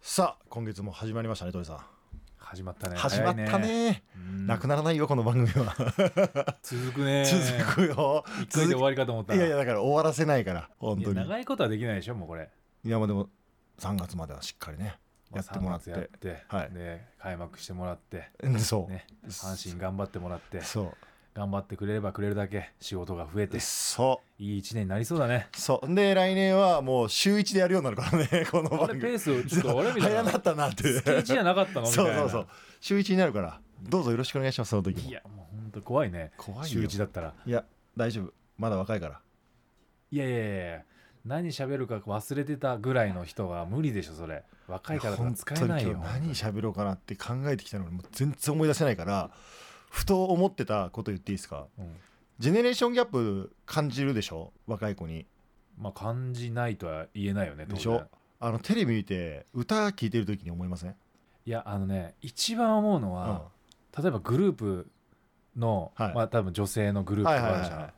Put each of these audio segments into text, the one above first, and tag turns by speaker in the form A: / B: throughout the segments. A: さあ今月も始まりましたね土井さん
B: 始まったね
A: 始まったね
B: 早いうん
A: なくならないよこの番組は
B: 続く ね
A: 続くよ
B: 一回で終わりかと思った
A: い
B: ら
A: やいやだから終わらせないから本当
B: いや
A: に
B: 長いことはできないでしょもうこれ
A: いやまあでも3月まではしっかりね
B: まあ
A: やってもらって
B: 3月やって、
A: はい
B: で開幕してもらって
A: うん そう、
B: ね阪神頑張ってもらって
A: そ
B: 頑張ってくれればくれるだけ仕事が増えて
A: うそ
B: いい一年になりそうだね
A: うそうで来年はもう週1でやるようになるからね この
B: あ
A: 番
B: れ
A: 組
B: ペースちょ っとあれみたい
A: 早な
B: な
A: ったなっていう
B: スケージじゃなかったのみた
A: そ
B: いうな
A: そうそう週1になるからどうぞよろしくお願いしますその時も
B: やもう本当怖いね
A: 怖いよ
B: 週一だったら
A: いや大丈夫まだ若いから
B: いやいやいやいや何喋るか忘れてたぐらいの人は無理でしょそれ若いからとか使えない
A: 本当
B: よ
A: に今日何喋ろうかなって考えてきたのにもう全然思い出せないからふと思ってたこと言っていいですか
B: うん
A: ジェネレーションギャップ感じるでしょ若い子に
B: まあ感じないとは言えないよね当然
A: でしょあのテレビ見て歌聴いてる時に思いません、
B: いやあのね一番思うの
A: うん
B: は、例えばグループの、
A: はい
B: まあ多分女性のグループとかある
A: は
B: じゃない,、
A: いはいはいはい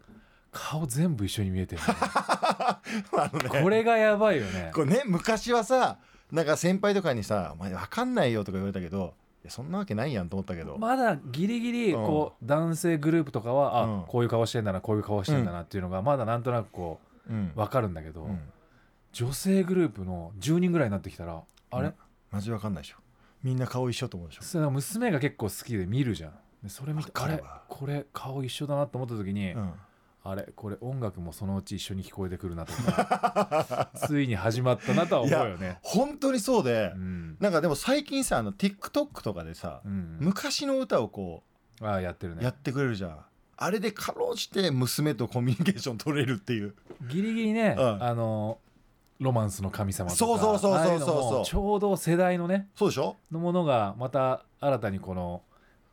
B: 顔全部一緒に見えてるよね
A: あの ね
B: これがやばいよね
A: これね昔はさなんか先輩とかにさ「お前分かんないよ」とか言われたけどいやそんなわけないやんと思ったけど、
B: まだギリギリこう、男性グループとかはあ、
A: うん
B: こういう顔してんだなこういう顔してんだなっていうのがまだなんとなくこ
A: うん
B: う分かるんだけど、
A: うん
B: 女性グループの10人ぐらいになってきたらあれ、
A: うんマジ分かんないでしょみんな顔一緒と思うでしょ
B: それは娘が結構好きで見るじゃんでそれ見て
A: わ
B: あ
A: か
B: れ
A: るわ
B: これ顔一緒だなと思った時に、
A: うん
B: あれこれ音楽もそのうち一緒に聞こえてくるなとか ついに始まったなとは思うよね。
A: 本当にそうで、
B: うん
A: なんかでも最近さあの TikTok とかでさ、
B: うん、
A: 昔の歌をこ
B: ああやってる
A: うや
B: ね
A: ってくれるじゃん、あれでかろうじて娘とコミュニケーション取れるっていう
B: ギリギリね、
A: うん
B: あのロマンスの神様とか
A: そうそうそうそうそう
B: ああいのもちょうど世代のね
A: そうでしょ
B: のものがまた新たにこの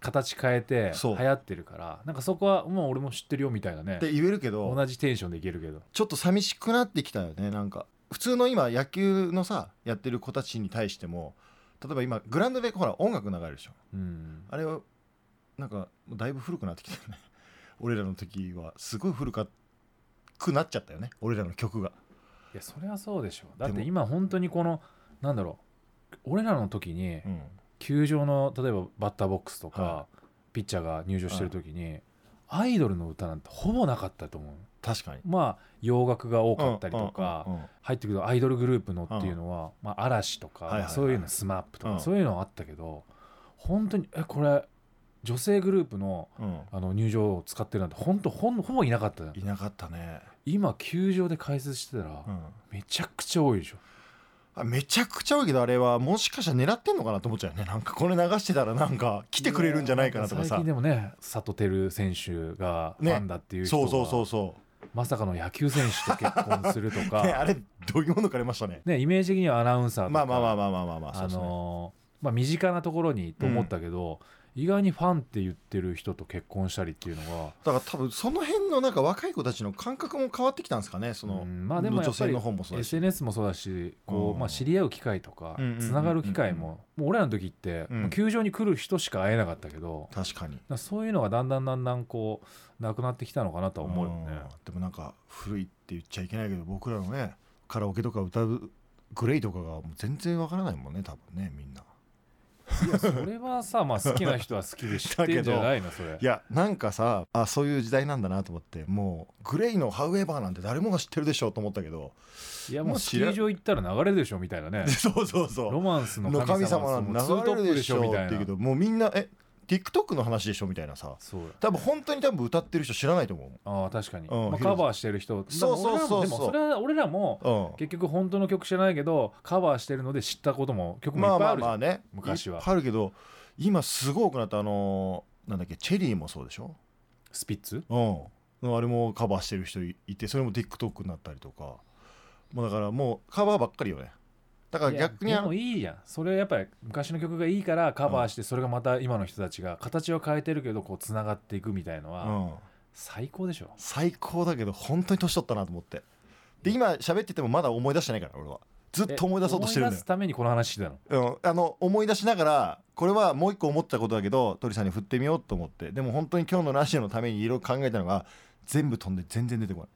B: 形変えて流
A: そう
B: 行ってるからなんかそこはもう俺も知ってるよみたいなね
A: って言えるけど
B: 同じテンションでいけるけど
A: ちょっと寂しくなってきたよねなんか普通の今野球のさやってる子たちに対しても例えば今グラウンドでほら音楽流れるでしょ
B: うん
A: あれはなんかだいぶ古くなってきたよね 俺らの時はすごい古かくなっちゃったよね俺らの曲が
B: いやそれはそうでしょだっ
A: で
B: て
A: も
B: 今本当にこのなんだろう俺らの時に、
A: うん
B: 球場の例えばバッターボックスとか、
A: は
B: ピッチャーが入場してる時に、アイドルの歌なんてほぼなかったと思う
A: 確かに
B: まあ洋楽が多かったりとか、
A: うんうんうんうん
B: 入ってくるアイドルグループのっていうのは、まあ、嵐とか、
A: はいはいはい
B: そういうの SMAP とか、
A: うん
B: そういうのはあったけど本当にえこれ女性グループの
A: うん
B: あの入場を使ってるなんて本当ほんほぼいなかったよ
A: いなかったね、
B: 今球場で解説してたら、めちゃくちゃ多いでしょ
A: あめちゃくちゃ多いけどあれはもしかしたら狙ってんのかなと思っちゃうよねなんかこれ流してたらなんか来てくれるんじゃないかなとか
B: 最
A: さ
B: 近でもね佐藤輝選手がフ
A: ね
B: ァンだっていう人が、
A: そうそうそうそ
B: まさかの野球選手と結婚する と
A: う、ね、
B: か、
A: あれどういうものかれましたね
B: ね、イメージ的にはアナウンサーとか、
A: まあまあまあまあまあまあまあ、
B: あのーまあ、身近なところにと思ったけど、意外にファンって言ってる人と結婚したりっていうのが、
A: だから多分その辺のなんか若い子たちの感覚も変わってきたんですかねその、
B: うんまあでもや
A: 女
B: っぱ
A: 性
B: り
A: の方もそうだし、
B: SNS もそうだしこ
A: う
B: うんまあ、知り合う機会とか
A: うんうんうんうん
B: つながる機会ももう俺らの時って、
A: うん
B: まあ球場に来る人しか会えなかったけど。
A: 確かに
B: だからそういうのがだんだんだんだんこうなくなってきたのかなとは思うよね。
A: うんでもなんか古いって言っちゃいけないけど僕らのねカラオケとか歌うグレイとかがもう全然わからないもんね多分ねみんない
B: やそれはさ、まあ、好きな人は好きで知ってんじゃないのそれ
A: いやなんかさあそういう時代なんだなと思ってもうグレイの「ハウエバー」なんて誰もが知ってるでしょうと思ったけど
B: いやも
A: も
B: う
A: う
B: スキ
A: 知ら
B: ー場行ったら流れるでしょみたいな ね
A: そうそうそ
B: ロ
A: う
B: マンスの
A: の
B: 神
A: 神
B: 様
A: 様
B: の
A: な
B: ツー
A: んて
B: トッ
A: 流れ
B: プ
A: る
B: で
A: で
B: し
A: し
B: ょ
A: ょ
B: み
A: う
B: た
A: っ
B: い
A: て
B: な
A: 言うけどもうみんなえ TikTok の話でしょみたいなさ
B: そうだ
A: 多分本当に多分歌ってる人知らないと思
B: ああ確かに、
A: うん
B: まあ、
A: 広瀬
B: カバーしてる人
A: そうそうそうそう
B: でも俺らもでもそれは俺らも
A: う、
B: 結局本当の曲知らないけどカバーしてるので知ったことも曲
A: うん、
B: もい
A: ま
B: っ
A: あ
B: ぱい
A: ま
B: あ
A: あ
B: る
A: ま
B: じゃん、
A: あね
B: 昔はい
A: っぱいあるけど今すごくなったあのーなんだっけチェリーもそうでしょ
B: スピッツ
A: うんあれもカバーしてる人いてそれも TikTok になったりとかもうだからもうカバーばっかりよねだから逆に
B: い
A: あ
B: やで
A: の
B: もいいやんそれはやっぱり昔の曲がいいからカバーしてそれがまた今の人たちが形は変えてるけどこうつながっていくみたいの
A: う
B: は
A: ん
B: 最高でしょ、
A: 最高だけど本当に年取ったなと思ってで今喋っててもまだ思い出してないから俺はずっと思い出そうとしてるん
B: 思い
A: だ
B: 出
A: よ
B: す、ためにこの話してたの
A: うん、あの思い出しながらこれはもう一個思ったことだけど鳥さんに振ってみようと思ってでも本当に今日のラジオのためにいろいろ考えたのが全部飛んで全然出てこない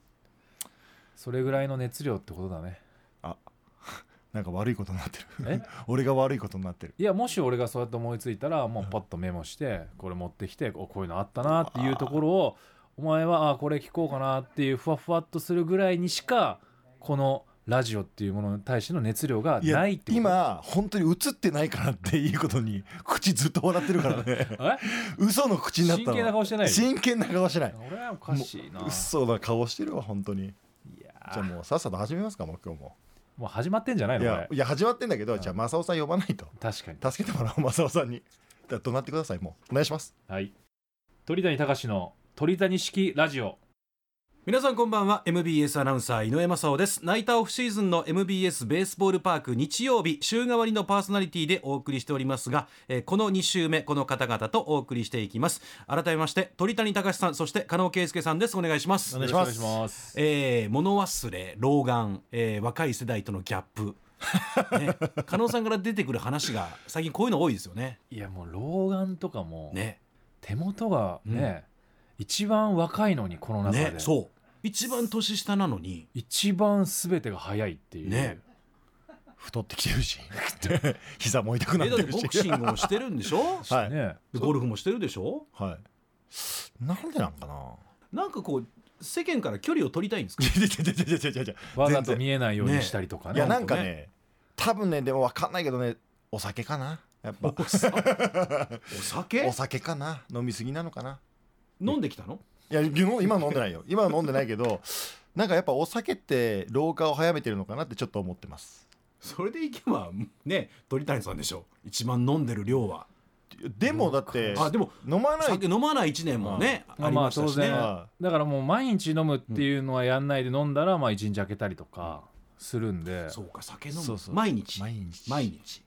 B: それぐらいの熱量ってことだね
A: なんか悪いことになって
B: え
A: る 俺が悪いことになってる
B: いやもし俺がそうやって思いついたらもうパッとメモしてこれ持ってきておこういうのあったなっていうところをお前はあこれ聞こうかなっていうふわふわっとするぐらいにしかこのラジオっていうものに対しての熱量が
A: いや
B: ないってこと
A: 今本当に映ってないからっていうことに口ずっと笑ってるからね
B: え
A: 嘘の口になった
B: 真
A: の
B: 剣な顔してないよ
A: 真剣な顔してない
B: 俺はおかしいな
A: 嘘な顔してるわ本当に
B: いや
A: じゃあもうさっさと始めますかもう今日も
B: もう始まってんじゃない
A: い
B: のこ
A: や
B: れ
A: いや始まってんだけど、
B: うん
A: じゃあ正雄さん呼ばないと
B: 確かに
A: 助けてもらおう正雄さんにだ怒鳴ってくださいもうお願いします
B: はい鳥谷隆の鳥谷式ラジオ
C: 皆さんこんばんは MBS アナウンサー井上正雄ですナイターオフシーズンの MBS ベースボールパーク日曜日週替わりのパーソナリティでお送りしておりますが、えーこの2週目この方々とお送りしていきます改めまして鳥谷隆さんそして加納圭介さんですお願いします
A: お願いします
B: よろくお願いします
C: えー物忘れ老眼、えー若い世代とのギャッ プね加納、さんから出てくる話が最近こういうの多いですよね
B: いやもう老眼とかも
C: ね
B: 手元がね、一番若いのにこの中で、
C: ねそう一番年下なのに
B: 一番全てが早いっていう、
C: ね
A: 太ってきてる し膝も痛くな
C: え
A: っ
C: だ
A: て
C: って
A: る
C: ボ
A: し
C: クシングもしてるんでしょ
A: はい、
B: ね
C: ゴルフもしてるでしょ
A: はいなんでなんかな
C: なんかこう世間から距離を取りたいん ですか
A: いやいやいやいやいやいやいや
B: わざ
A: 全
B: と
A: 然
B: 見えないようにしたりとか
A: い
B: ね
A: やな
C: なんん
A: か
C: か
A: ね
C: ね
A: 多分ねでも分かんないけどねお酒かなやっぱ
C: おさお酒
A: お酒かな飲みすぎなのかな
C: 飲んできたの
A: いや今今飲んでないよ今は飲んでないけどなんかやっぱお酒って老化を早めてるのかなってちょっと思ってます
C: それでいけばね鳥谷さんでしょ一番飲んでる量は
A: でもだって
C: あでも
A: 飲まない
C: 酒飲まない1年もね
B: ま
C: あ
B: あ
C: り
B: まあ
C: ました
B: 当
C: しね、
B: 然
A: あ
B: だからもう毎日飲むっていうのはやんないで飲んだらまあ一日開けたりとかするんで、
C: そうか酒飲む
A: そうそう
C: 毎日
A: 毎日
C: 毎日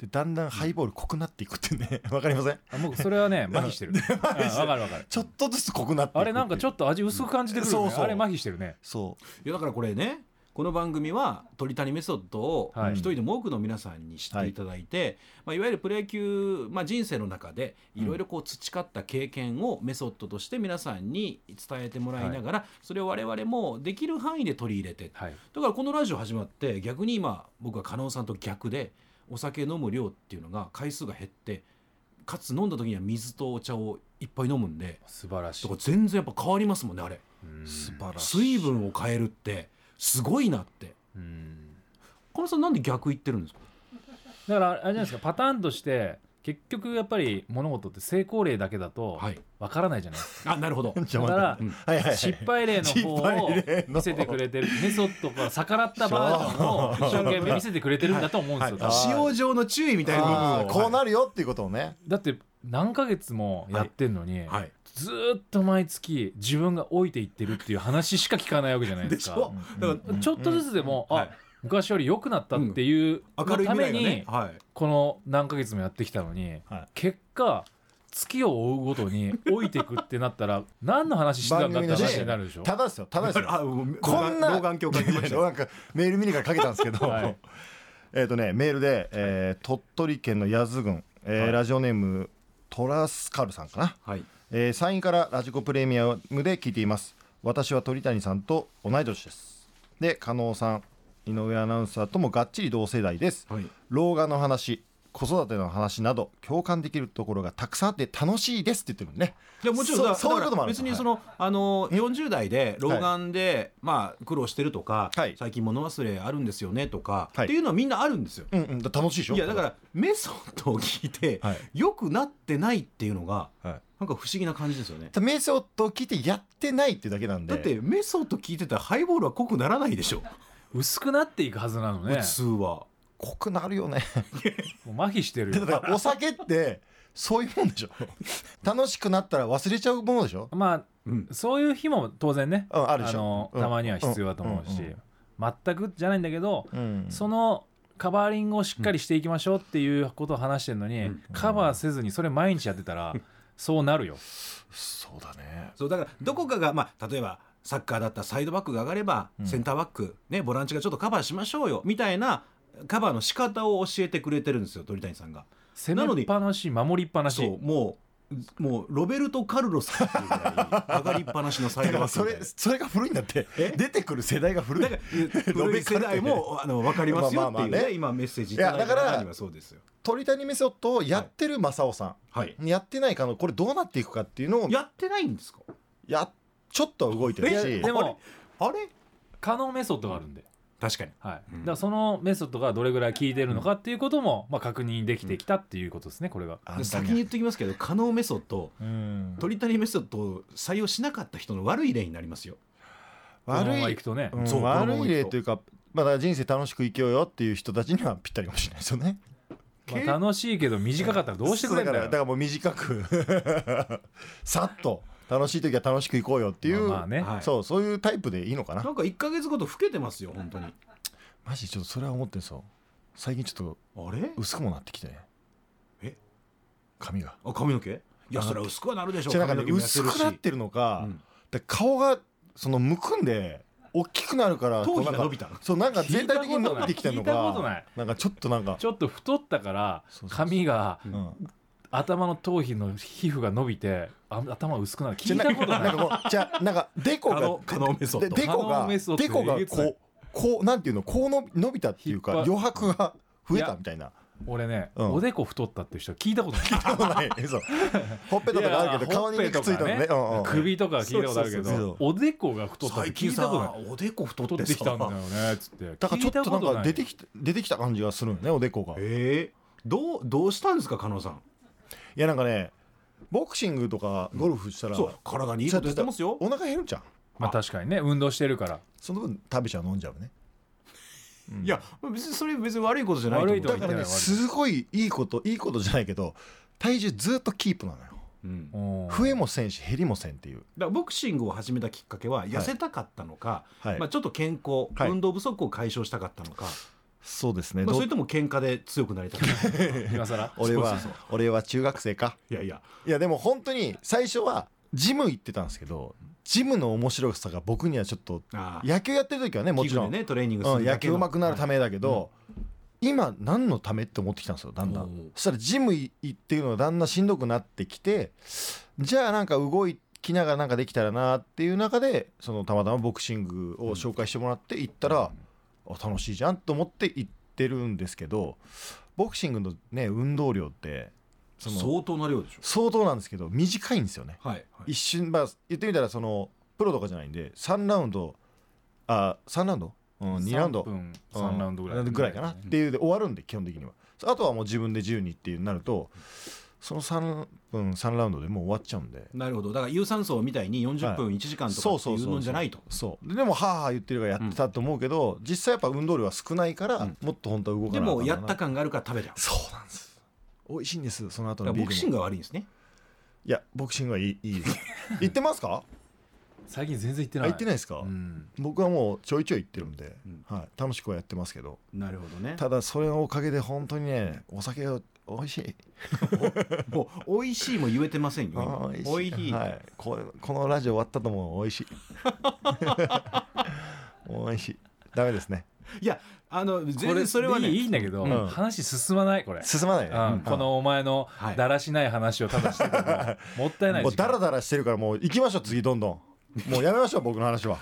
A: でだんだんハイボール濃くなっていくってね わかりません
B: あもうそれ はね麻痺してるうんわ、かるわかる
A: ちょっとずつ濃くなっていく
B: あれなんかちょ
A: っと
B: っと味薄く感じてくるよね、
A: そうそう
B: あれ麻痺してるね
A: そう
C: いやだからこれねこの番組は鳥谷メソッドを
B: はい
C: 一人でも多くの皆さんに知っていただいて、いまあ、いわゆるプロ野球、まあ、人生の中でいろいろこう培った経験をメソッドとして皆さんに伝えてもらいながら、それを我々もできる範囲で取り入れて
B: はい
C: だからこのラジオ始まって逆に今僕は加納さんと逆でお酒飲む量っていうのが回数が減ってかつ飲んだ時には水とお茶をいっぱい飲むんで
B: 素晴らしい
C: だから全然やっぱ変わりますもんねあれ。
B: うん
A: 素晴らしい
C: 水分を変えるってすごいなって
B: うん
C: このさんなんで逆言ってるんですか
B: だからあれじゃないですかパターンとして結局やっぱり物事って成功例だけだと
C: はい
B: わからないじゃ ないですか
C: あなる ほど
A: じゃあ
B: だから
A: 待ってはいはいはい
B: 失敗例の方を
A: 失敗例の
B: 見せてくれてるメソッドから逆らったバージョ ンを一生懸命見せてくれてるんだと思うんですよ、
A: はいはい
B: 多分
C: 使用上の注意みたいな部分
A: あ
C: を
A: ーこうなるよっていうことをね
B: だって何ヶ月もやってんのに、
C: はい
B: ずーっと毎月自分が老いていってるっていう話しか聞かないわけじゃないで
C: ですし
B: か
C: ょだか
A: う
C: ら
A: ん
B: ちょっとずつでも、
C: うん
B: あ、
C: はい
B: 昔より良くなったっていうの
C: 明るい
B: ため
C: 未来が
B: に、
C: ねはい
B: この何ヶ月もやってきたのに、
A: はい
B: 結果月を追うごとに老いていくってなったら何の話してたんだって話になる でしょ
A: ただですよただですよ
C: あもう
A: こんな
C: 老眼鏡かけました
A: なんかメール見にからかけたんですけど、
B: はい
A: えっとねメールで、えー鳥取県の八頭郡、えー
C: はい
A: ラジオネームトラスカルさんかな、
C: はい
A: えー、山陰からラジコプレミアムで聞いています私は鳥谷さんと同い年ですで加納さん井上アナウンサーともがっちり同世代です、
C: はい
A: 老眼の話子育ての話など共感できるところがたくさんあって楽しいですって言ってるもんね
C: でもちろん
A: そう
C: だ
A: そういうこともある
C: 別にその、あの40代で老眼で、まあ苦労してるとか、
A: はい
C: 最近物忘れあるんですよねとか、
A: はい
C: っていうのはみんなあるんですよ。
A: うんうんだ楽しいでしょ
C: いやだからメソッドを聞いて、
A: はい
C: 良くなってないっていうのが
A: はい
C: なんか不思議な感じですよね。
A: ただメソッドを聞いてやってないってだけなんで
C: だってメソッド聞いてたらハイボールは濃くならないでしょ、
B: 薄くなっていくはずなのね
C: 普通は。
A: 濃くなるよね
B: もう麻痺してる
A: だ
B: よ
A: からお酒ってそういうもんでしょ楽しくなったら忘れちゃうものでしょ、
B: ま
C: うん
B: あそういう日も当然ね、
A: うんあるでしょ
B: の
A: うん
B: たまには必要だと思うし、
A: うん
B: 全くじゃないんだけど、
A: うん
B: そのカバーリングをしっかりしていきましょうっていうことを話してるのに、
C: うん
B: カバーせずにそれ毎日やってたら、そうな るよ
A: そうだね
C: そうだからどこかが、まあ、例えばサッカーだったらサイドバックが上がれば
A: うん
C: センターバック、ね、ボランチがちょっとカバーしましょうよみたいなカバーの仕方を教えてくれてるんですよ鳥谷さんが。
B: 攻めっぱなし守りっぱなし
C: そうももうロベルト・カルロスっていうぐらい上がりっぱなしのサイ
A: だ
C: ド
A: か
C: バ
A: らそれ
C: ックみたいな
A: それが古いんだって
C: え
A: 出てくる世代が古い
C: だから古い世代もあの分かりますよっていう
A: まあまあまあ
C: ね
A: ね
C: 今メッセージいただいた
A: いやだか
C: 方
A: ら
C: にはそうですよ
A: 鳥谷メソッドをやってる正雄さん、
C: はい
A: やってないかのこれどうなっていくかっていうのを
C: やってないんですか
A: やちょっとは動いてる
C: え
A: し
B: でも
C: あれ
B: 可能メソッドがあるんで、
C: 確かに
B: はい
C: うん
B: だからそのメソッドがどれぐらい効いてるのかっていうことも、まあ、確認できてきたっていうことですねこれが。
A: あんたね
C: 先に言っときますけど可能メソッド
B: うん
C: 鳥谷メソッドを採用しなかった人の悪い例になりますよ
B: このまま
A: 悪い
B: いくとね、
A: うん
C: そう
A: 悪い例というかまあだから人生楽しく生きようよっていう人たちにはぴったりかもしれないですよね
B: まあ、楽しいけど短かったらどうしてくれんだ
A: だか
B: よ
A: らだからもう短く さっと楽しい時は楽しく行こうよっていう、
B: まあまあね、
C: はい
A: そうそういうタイプでいいのかな
C: なんか1か月ごと老けてますよ本当に
A: マジちょっとそれは思ってんですよ最近ちょっ
C: あれ
A: と薄くもなってきてね
C: え
A: 髪が
C: あ髪の毛いやそれは薄くはなるでしょ
A: じゃなんかね
C: 髪の毛も痩せ
A: 薄
C: るし
A: くなってるのか、
C: うん
A: で顔がそのむくんで大きくなるから
C: 頭
A: こう
C: 皮
A: なん
C: が
A: か
C: 伸びたの
A: そうなんか全体的に伸びてきてるのか
B: 聞いたことない
A: なんかちょっとなんか
B: ちょっと太ったから
A: そうそうそう
B: 髪が
A: うん
B: 頭の頭皮の皮膚が伸びてあ頭薄くなる
A: じ
B: 聞
A: ゃ
B: い
A: なん
B: た
A: か
B: こと
A: なん
B: ない
A: かこうじゃあなんかデコ
C: 可能
A: が
C: 可能メソッ
A: で
C: ド
A: デコ
B: 可能
A: が
B: メソッド
A: デコが
B: えげつな
A: こう
B: い
A: こうなんていうのこうの伸びたっていう
B: 引
A: か
B: っ張
A: 余白が増え
B: い
A: た
B: や
A: みたいな。
B: 俺ね、
A: うん
B: おでこ太ったっていう人は聞いたことない
A: 聞いたことないそうほっぺたとかあるけど
B: いや
A: 顔に肉ついたのね
B: ほっぺ
A: う
B: とか
A: んうん
B: 首とかは聞いたことあるけ
A: そうそうそう
B: どおでこが太ったって
C: 最
B: 聞
C: 近
B: いたことな
C: さ
B: い
C: おでこ太っ
B: 太っててきたんだよ
C: さ
B: ねつって
A: だからちょっとなんか出て
B: た
A: きて出てきた感じがするよねおでこが。
C: ええどうどうしたんですか加納さん
A: いやなんかねボクシングとかゴルフしたら、
C: そう体にいいことしてますよ
A: お腹減るじゃん
B: まあ確かにね運動してるから
A: その分食べちゃう飲んじゃうね
C: いや別にそれ別に悪いことじゃない
B: 悪いとは
C: 思
A: だから
B: 言って
C: う
B: ない
A: ね
B: 悪い
A: すごいいいこといいことじゃないけど体重ずっとキープなのよ
C: うんだか
B: うん
A: 増えもせんし減りもせんっていう
C: らボクシングを始めたきっかけは痩せたかったのか、
A: はい、
C: まあ、ちょっと健康、
A: はい
C: 運動不足を解消したかったのか、
A: そうですね、
C: まあ、
A: ど
C: それとも喧嘩で強くなり たかったのか
B: 今更
A: 俺は
C: そうそうそ
A: 俺は中学生か
C: いやいや
A: いやでも本当に最初はジム行ってたんですけどジムの面白さが僕にはちょっと
C: ああ
A: 野球やってる時はねもちろ
C: 器具
A: ん、
C: でねトレーニングす
A: うん、
C: る
A: 野
C: だけ
A: 球
C: の
A: うまくなるためだけど、
C: は
A: 今何のためって思ってきたんですよだんだ
C: おうん
A: そしたらジム行っていうのがだんだんしんどくなってきてじゃあなんか動きながらなんかできたらなっていう中でそのたまたまボクシングを紹介してもらって行ったら、あ楽しいじゃんと思って行ってるんですけどボクシングのね運動量ってその
C: 相当な量でしょ
A: 相当なんですけど短いんですよね。
C: はい、はい
A: 一瞬まあ言ってみたらそのプロとかじゃないんで3ラウンドあ3ラウンド、うん、2ラウンド
B: 3分
A: うん
B: 3ラウンドぐらい
A: かな、っていうで終わるんで基本的にはあとはもう自分で自由にっていうなるとその3分3ラウンドでもう終わっちゃうんで
C: なるほどだから有酸素みたいに40分1時間とかっていうのじゃないと、
A: そうででもはあはあ言ってるからやってたと思うけど、実際やっぱ運動量は少ないから、
C: うん
A: もっと本当は動かな
C: で
A: い
C: もやった感があるから食べちゃう
A: そうなんです美味しいんですその後
C: だ
A: の
C: か
A: ビール
C: らボ
A: も
C: クシングが悪いんですね
A: いやボクシングはいいいいです 行ってますか
B: 最近全然行って
A: あ
B: ない
A: 行ってないですか、
B: うん
A: 僕はもうちょいちょい行ってるんで、
C: うん
A: はい、楽しくはやってますけど
C: なるほどね
A: ただそれのおかげで本当にねお酒が美味しい
C: もう美味しいも言えてませんよ
A: あ
C: 今
A: ー
C: 美味しい、
A: はい、これこのラジオ終わったともう美味 しい美味しいダメですね
C: いやあの全
B: これ
C: 然それはね
B: いいいいんだけど、
A: うん
B: 話進まないこれ、
A: 進まないね、
B: うん
A: うん
B: このお前の
C: はい
B: だらしない話をただし てても、もったいない
A: も
B: 時
A: うダ
B: 間
A: ラダラしてるからもう行きましょう次ど んどんもうやめましょう僕の話は、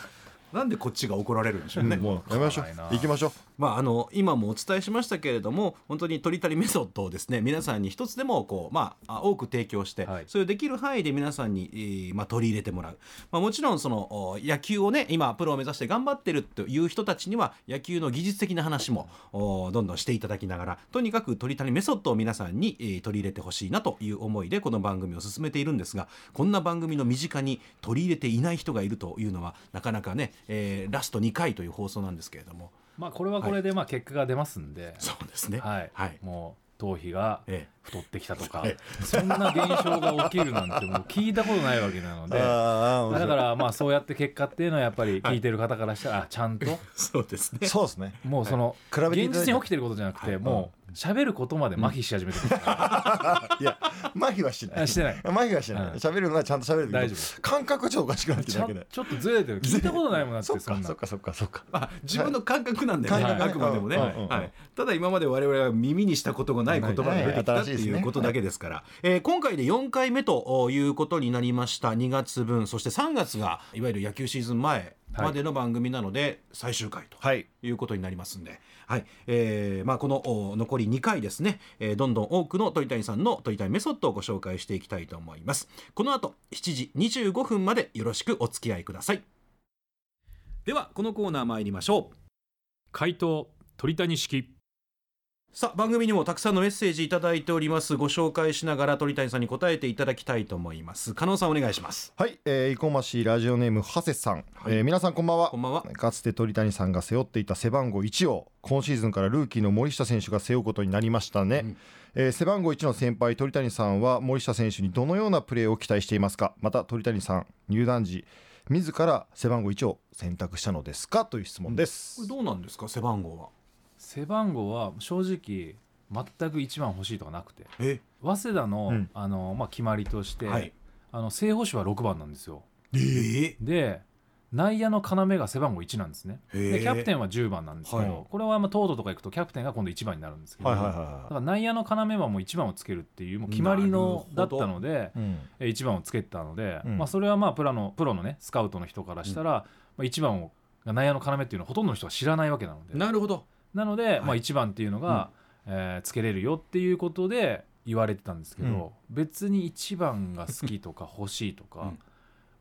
C: なんでこっちが怒られるんでしょうね、
A: もうやめましょう
B: わかんないな
A: 行きましょう
C: まあ、あの今もお伝えしましたけれども本当に鳥りメソッドをですね皆さんに一つでもこう、まあ、あ多く提供して、
B: はい
C: それをできる範囲で皆さんに、えーまあ、取り入れてもらう、まあ、もちろんそのお野球をね今プロを目指して頑張ってるという人たちには野球の技術的な話もおどんどんしていただきながらとにかく鳥りメソッドを皆さんに、えー取り入れてほしいなという思いでこの番組を進めているんですがこんな番組の身近に取り入れていない人がいるというのはなかなかね、えーラスト2回という放送なんですけれども。
B: まあこれはこれでまあ結果が出ますんで、
C: そうですね。
B: はい、
C: はい。
B: もう頭皮が
C: え
B: 太ってきたとか、
C: はい
B: そんな現象が起きるなんてもう聞いたことないわけなの で。
A: あーあー面白
B: だ
A: い
B: からまあそうやって結果っていうのはやっぱり聞いてる方からしたらあちゃんと
C: え、そうですね。
A: そうですね
B: もうその
A: 比べていただ
B: 現
A: いて
B: 実に起きてることじゃなく
C: は
B: て
C: い
B: もう喋ることまで麻痺し始めてる、
A: いや麻痺はしな
B: あ
A: い
B: してない
A: 麻痺はしない
B: うん
A: 喋るのはちゃんと喋れて
B: 大
A: るけ
B: 丈
A: ど感覚がちょっとおかしくなってる
B: ちゃ
A: だけ
B: ん
A: で
B: ちょっとずれてる聞いたことないもんだって
A: そっ
B: そ
A: か
B: ん
A: そ
B: な
A: っかそっかそっか
C: あ自分の感覚なんだよね、
A: 感
C: あ
A: 覚
C: く
A: ね
C: までもね、
A: うん
C: はい
A: うん
C: はいただ今まで我々は耳にしたことがない言葉が出てきた
A: はい新
C: って
A: しいです
C: い
A: ね
C: うことだけですから、えー今回で4回目ということになりました2月分そして3月がいわゆる野球シーズン前までの番組なので最終回と。
A: はい
C: ということになりますんで、はいえーまあ、このお残り2回ですね、えーどんどん多くの鳥谷さんの鳥谷メソッドをご紹介していきたいと思いますこの後7時25分までよろしくお付き合いくださいではこのコーナー参りましょう
B: 回答鳥谷式
C: さあ番組にもたくさんのメッセージいただいておりますご紹介しながら鳥谷さんに答えていただきたいと思います加納さんお願いします
A: はい、えー、いこましいラジオネーム長谷さん、えー皆さんこんばんは
C: こんばんは
A: かつて鳥谷さんが背負っていた背番号1を今シーズンからルーキーの森下選手が背負うことになりましたね、
C: うん
A: えー背番号1の先輩鳥谷さんは森下選手にどのようなプレーを期待していますかまた鳥谷さん入団時自ら背番号1を選択したのですかという質問です、
C: これどうなんですか背番号は
B: 背番号は正直全く1番欲しいとかなくて
C: え
B: 早稲田の,、
A: うん
B: あのまあ、決まりとして、
C: はい
B: あの正捕手は6番なんですよ
C: えー、
B: で内野の要が背番号1なんですね
C: へ
B: で
C: ー
B: キャプテンは10番なんですけど、
C: はい
B: これはまあトートとか行くとキャプテンが今度1番になるんですけど、
A: はいはい
B: だ
A: は
B: か
A: いは
B: ら内野の要はもう1番をつけるっていうもう決まりのだ
C: なる
B: っ
C: ほど
B: たので
A: い、うん
B: え1番をつけてたので、
A: うん
B: まあ、それはまあプラのプロのねスカウトの人からしたら、まあ、1番をが内野の要っていうのはほとんどの人は知らないわけなのでな
C: なるほど
B: ので、まあ、1番っていうのが、えーつけれるよっていうことで言われてたんですけど、別に1番が好き とか欲しいとか、
C: うん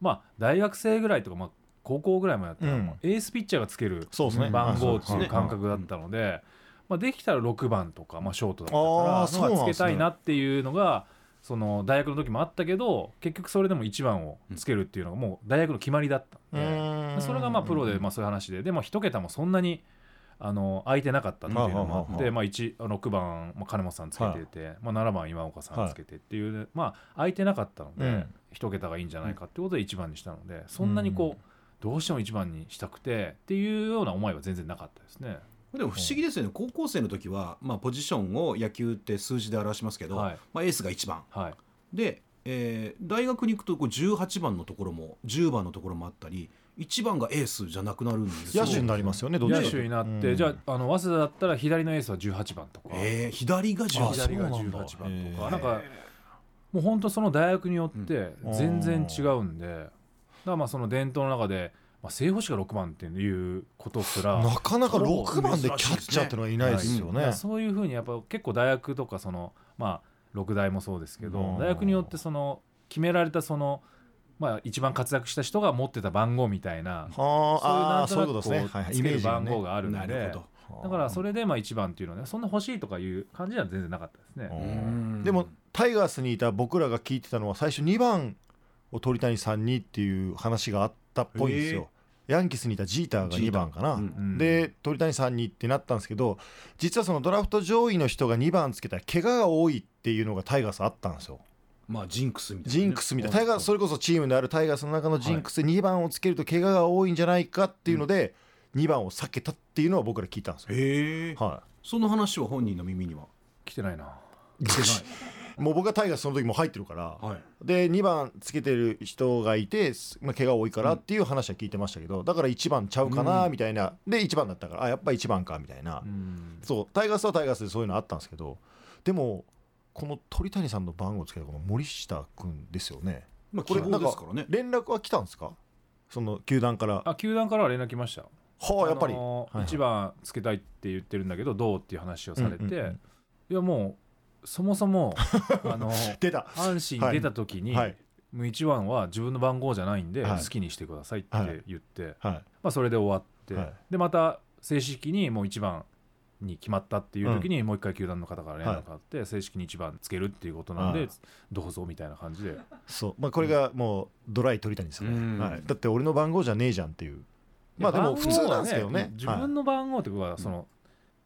B: まあ大学生ぐらいとか、まあ、高校ぐらいまでやったら、
A: うん
B: もうエースピッチャーがつける
A: そうですね
B: 番号って
A: あそう
B: い
A: ですね
B: う感覚だったので、まあ、できたら6番とか、まあ、ショートだった
A: あー
B: か
A: そう
B: ら
A: なん
B: の
A: です
B: が
A: ね
B: つけたいなっていうのがその大学の時もあったけど結局それでも1番をつけるっていうのがもう大学の決まりだった
A: うん
B: で、
A: ーん
B: それがまあプロでまあそういう話ででも1桁もそんなに。あの空いてなかったっていうのもあ
A: う
B: っ
A: ん
B: て、まあ、1 6番、まあ、金本さんつけてて、まあ、7番今岡さんつけてっていう、まあ、空いてなかったの
A: う
B: で
A: ん
B: 1桁がいいんじゃないかってことで1番にしたのでそんなにこうどうしても1番にしたくてっていうような思いは全然なかったですね。
C: でも不思議ですよね、高校生の時は、まあ、ポジションを野球って数字で表しますけど、
B: はい
C: まあ、エースが1番
B: はい、
C: で、えー大学に行くとこう18番のところも10番のところもあったり1番がエースじゃなくなるんです
A: 野手になりますよねどっちか
B: 野手になって、
A: うん
B: じゃああの早稲田だったら左のエースは18番とか、
C: えー左が18番
A: あ
B: 左が
A: そうなん
B: 18
A: だ
B: 番とか、
A: へー
B: なんかもう本当その大学によって
A: うん
B: 全然違うんで、だからまあその伝統の中で、まあ、正捕手が6番っていうことすら
A: なかなか6番でキャッチャーってのはいないですよね、
B: はいそういうふうにやっぱ結構大学とかそのまあ6大もそうですけど、
A: うん
B: 大学によってその決められたそのまあ一番活躍した人が持ってた番号みたいな。
A: はああー
B: そ
A: そうう
B: い
A: いううことで
B: なんと
A: す
B: な
A: ね
B: くこ
A: はいうはいイ
B: つけ
A: メー
B: る
A: ジが
B: 番
A: ね
B: 号がある
C: な
B: の
C: る
B: で
C: ほど
B: だからそれでまあ1番っていうのはねそんな欲しいとかいう感じでは全然なかったですね。
A: う
C: うんん
A: でもタイガースにいた僕らが聞いてたのは最初2番を鳥谷さんにっていう話があったっぽいんですよ。ヤンキースにいたジーターが2番かな、
C: うん
B: うん
A: で鳥谷さんにってなったんですけど実はそのドラフト上位の人が2番つけたら怪我が多いっていうのがタイガースあったんですよ。
C: まあジンクスみたいなね、
A: ジンクスみたいなタイガースそれこそチームであるタイガースの中のジンクス2番をつけると怪我が多いんじゃないかっていうので2番を避けたっていうのは僕ら聞いたんですよ。
C: へえ
A: は
C: その話は本人の耳には
B: 来てないな。
C: 出て
A: い、 もう僕はタイガースその時もう入ってるから、
C: ない、はい、
A: で2番つけてる人がいて、すまあ、怪我多いからっていう話は聞いてましたけどだから1番ちゃうかなみたいな、で1番だったからあやっぱ1番かみたいな、
B: うん
A: そうタイガースはタイガースでそういうのあったんですけどでもこの鳥谷さんの番号つけたこの森下君ですよね
C: まあ
A: こ
C: 希
A: れ
C: 望ですからね
A: 連絡は来たんですかその球団からは
B: あ球団からは連絡来ました。
A: あやっぱり、
B: あのー
A: はいはい
B: 一番つけたいって言ってるんだけどどうっていう話をされて、
A: うんうんうん
B: いやもうそもそも あの
A: 出た
B: 阪神出た時に、
A: はい
B: もう1番は自分の番号じゃないんで、
A: はい
B: 好きにしてくださいって言って、
A: はい
B: まあ、それで終わって、
A: はい
B: でまた正式にもう1番に決まったっていう時に、もう一回球団の方から連絡があって、正式に1番つけるっていうことなんで、
A: はい
B: どうぞみたいな感じで
A: そうまあこれがもうドライ鳥谷ですよね、
C: うん
A: はい、だって俺の番号じゃねえじゃんっていうまあでも普通なんですけどね
B: 番号は自分の番号ってことはその、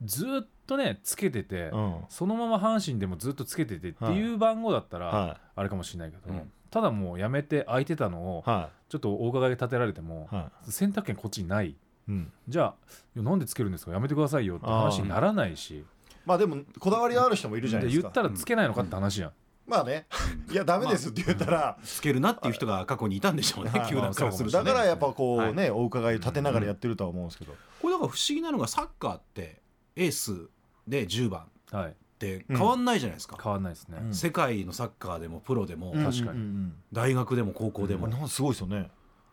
B: ずーっとねつけてて、
A: うん
B: そのまま阪神でもずっとつけててっていう番号だったら、
A: は
B: あれかもしれないけど、
C: うん
B: ただもうやめて空いてたのを
A: いは
B: ちょっとお伺い立てられても
A: い、は
B: 選択権こっちにない
A: いうん
B: じゃあいやなんでつけるんですかやめてくださいよって話にならないし
A: まあでもこだわりのある人もいるじゃないです
B: 言
A: か
B: ったらつけないのかって話やん、
A: まあねいやダメですって言ったら、
C: つけるなっていう人が過去にいたんでしょうね
A: はい
C: 球団からすると
A: だ
C: ね
A: からやっぱこう
C: はい
A: ね、お伺い立てながらやってるとは思うんですけど、
C: これだから不思議なのがサッカーってエースで10番
B: はい
C: って変わんないじゃないですか、
B: 変わんないですね、
A: うん
C: 世界のサッカーでもプロで
B: ん
C: も、
A: 確
B: 確
A: か
B: か
A: に、
B: に
C: 大学でも高校で
A: ま
C: も、
A: あなんかすごいですよね、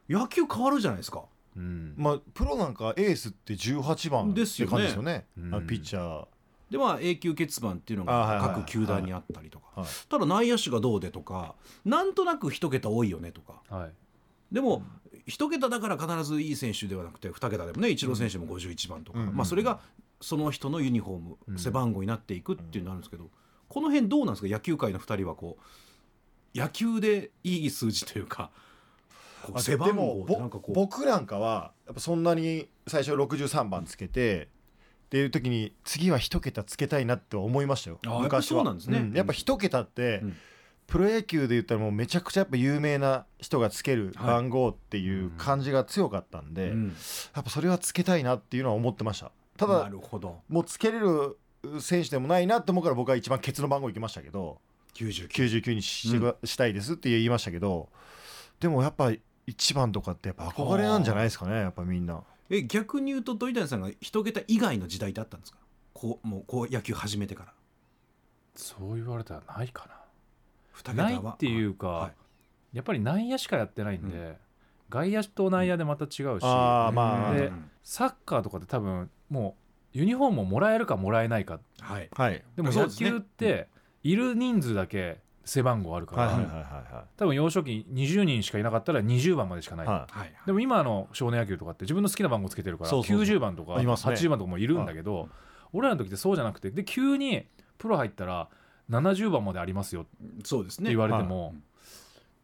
C: 野球変わるじゃないですか
B: うん
A: まあ、プロなんかエースって18番って
C: ですよね
A: 感じですよね
B: うん
A: あのピッチャー
C: でまあ永久欠番っていうの
A: あはいはい
C: が
A: はい
C: 各球団にあったりとか、
A: はい
C: ただ内野手がどうでとかなんとなく一桁多いよねとか
B: はい、
C: でも一桁だから必ずいい選手ではなくて二桁でもねイチロー選手も51番とか、
A: うん
C: まあ、それがその人のユニフォーム、
B: うん
C: 背番号になっていくっていうのがあるんですけどこの辺どうなんですか野球界の二人はこう野球でいい数字というかこう
A: あ
C: 背
A: で
C: 番
A: も
C: 号っ
A: ぼ
C: てなんかこう
A: 僕なんかはやっぱそんなに最初63番つけてっていう時に次は一桁つけたいなって思いましたよ
C: あやっぱ
A: 昔
C: そ
A: は
C: うなんですね
A: やっぱ一桁って、
C: うん
A: プロ野球で言ったらもうめちゃくちゃやっぱ有名な人がつける
C: はい
A: 番号っていう感じが強かったんで、
C: うん
A: やっぱそれはつけたいなっていうのは思ってましたた
C: な
A: だ
C: るほど
A: もうつけれる選手でもないなって思うから僕は一番ケツの番号いきましたけど
C: 99
A: 99にしてくしたいですって言いましたけど、でもやっぱ一番とかってやっぱ憧れなんじゃないですかねやっぱみんな
C: え逆に言うと鳥谷さんが一桁以外の時代ってあったんですかこうもうこう野球始めてから
B: そう言われたらないか
C: 二
B: な
C: 桁は
B: ないっていうか、
C: は
B: やっぱり内野しかやってないんで、
C: う
B: 外野と内野でまた違うし、
A: あー
C: い
A: まあ
B: でサッカーとかって多分もうユニフォームをもらえるかもらえないか
C: はい
A: はい
B: でも
C: そう
B: 野
C: ですね
B: 球っている人数だけ背番号あるか
A: はい
B: ら、
A: はいはいは
B: 多分幼少期20人しかいなかったら20番までしかないい、
A: は
C: はい
B: でも今の少年野球とかって自分の好きな番号つけてるから
A: そうそうそう
B: 90番とか
A: いますね
B: 80番とかもいるんだけど、俺らの時ってそうじゃなくてで急にプロ入ったら70番までありますよって
C: そうですね
B: 言われても、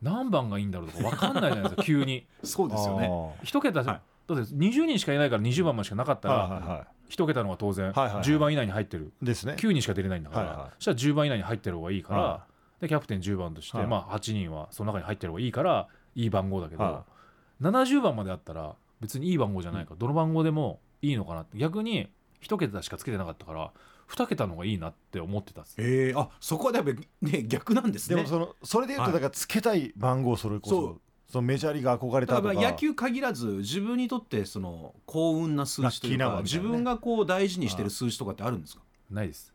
B: 何番がいいんだろうとか分かんないじゃな いですか急に
C: そう
A: い
C: ですよね
A: あ
B: 一桁、
C: はい
B: だって20人しかいないから20番までしかなかった
A: ー
B: ら、
A: はいはいは
B: 一桁の方が当然、
A: はいはいはい
B: 10番以内に入ってる
A: いですね
B: 9人しか出れないんだから、
A: はいはい
B: そしたら10番以内に入ってる方がいいから、
A: は
B: でキャプテン10番として、
A: はい
B: まあ、8人はその中に入ってる方がいいからいい番号だけど、
A: は
B: 70番まであったら別にいい番号じゃないから、どの番号でもいいのかなって逆に一桁しかつけてなかったから二桁の方がいいなって思ってたっす
C: えー、あそこはやっぱりね逆なんです
A: で
C: ね
A: もそのそれで言うとだからつけたい番号それこそ,、
C: そう
A: そのメジャーリーが憧れた
C: だ
A: と
C: か
A: から
C: 野球限らず自分にとってその幸運な数字という
A: ラッキーな
C: か
A: わみたい
C: 自
A: なね
C: 分がこう大事にしてる数字とかってあるんですか
B: ないです、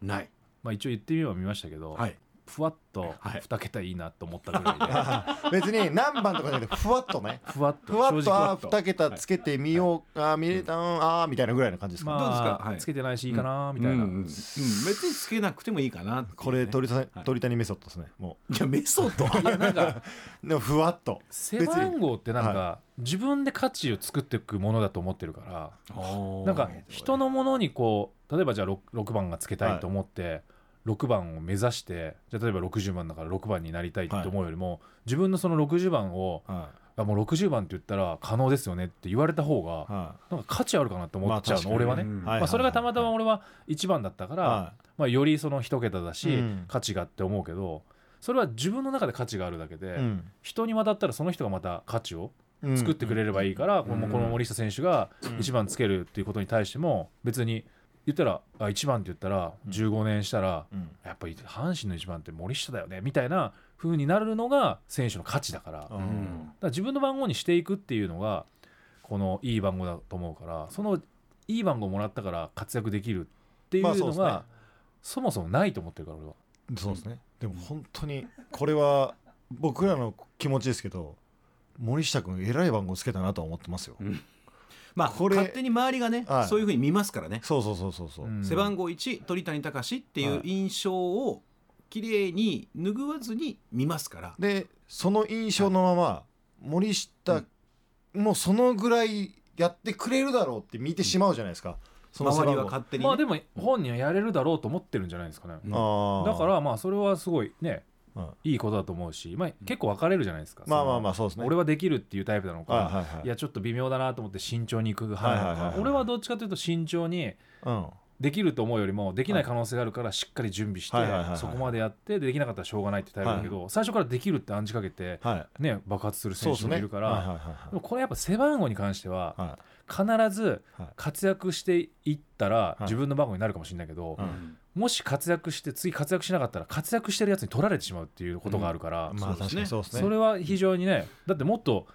C: ない
B: まあ、一応言ってみれば見ましたけど、
C: はい
B: ふわっと
C: はい
B: 二桁いいなと思ったぐらい で、
A: 別に何番とかじゃなくてふわっとね
B: ふわっと
A: ふわっとあ
B: 正
A: ー2桁つけてみようか、あー見れたんあーみたいなぐらいの感じですか、
B: 直
A: ね
C: どうです
B: ま
C: か
B: あ、
C: はい
B: つけてないしいいかなみたいな、
C: うんうんうん別につけなくてもいいかなっていうね
A: これ鳥谷
C: はい
A: 鳥谷メソッドですねも
C: いやメソッド
B: いやなんか
A: うでもふわっと
B: 背番号ってなんか自分で価値を作っていくものだと思ってるからなんか人のものにこう例えばじゃあ 6, 6番がつけたいと思って6番を目指してじゃあ例えば60番だから6番になりたいって思うよりも自分のその60番を
A: は
B: あもう60番って言ったら可能ですよねって言われた方
A: い
B: が
A: は
B: なんか価値あるかなって
A: い
B: 思っちゃうの俺はね。
A: うん
B: まあ、それがたまたま
A: はい
B: 俺は1番だったから、
A: は
B: まあ、よりその1桁だし、
A: うん
B: 価値がって思うけどそれは自分の中で価値があるだけで、
A: いうん
B: 人に渡ったらその人がまた価値を
A: うん
B: 作ってくれればいいから、この
C: うん
B: この森下選手が1番つけるっていうことに対しても別に言ったらあ1番って言ったら
A: うん
B: 15年したら、
A: うん
B: やっぱり阪神の1番って森下だよねみたいな風になるのが選手の価値だから,、だか
A: う
C: うんん
B: ら自分の番号にしていくっていうのがこのいい番号だと思うからそのいい番号もらったから活躍できるっていうの
A: まあ
B: が、
A: そうで
B: そ
A: すね
B: もそもないと思ってるから俺は。
A: そうですねでも本当にこれは僕らの気持ちですけど森下君偉い番号つけたなとは思ってますよ
C: まあ
A: これ
C: 勝手に周りがね
A: はい
C: そういうふうに見ますからね
A: そうそうそうそうそう
B: うん
C: 背番号1鳥谷隆ってい
A: は
C: う
A: い
C: 印象を綺麗に拭わずに見ますから
A: でその印象のまま森下もうそのぐらいやってくれるだろうって見てしまうじゃないですかその背
C: 周
A: 番
C: りは
A: 号
C: 勝手にね
B: まあでも本人はやれるだろうと思ってるんじゃないですかね。
A: あー
B: だからまあそれはすごいね、
A: うん
B: いいことだと思うし、まあ、結構分かれるじゃないですか、
A: まあまあま
B: あ
A: あそうですね
B: 俺はできるっていうタイプなのか、
A: はい
B: い
A: はいはい
B: やちょっと微妙だなと思って慎重にいく派なのか、
A: はいはいはいはい
B: 俺はどっちかというと慎重に
A: うん
B: できると思うよりもできない可能性があるからしっかり準備して、
A: はいはいはいはい
B: そこまでやってでできなかったらしょうがないってタイプだけど、最初からできるって暗示かけて、
A: はい
B: ね、爆発する
A: そうで
B: 選手
A: す
B: も
A: ね
B: いるから、
A: はいはいはい
B: でもこれやっぱ背番号に関しては
A: はい
B: 必ず
A: はい
B: 活躍していったら
A: い
B: 自分の番号になるかもしれないけど、
A: うん
B: もし活躍して次活躍しなかったら活躍してるやつに取られてしまうっていうことがあるから、
A: まあ
C: そうですね
A: 確かにそうですね
B: それは非常にねだってもっと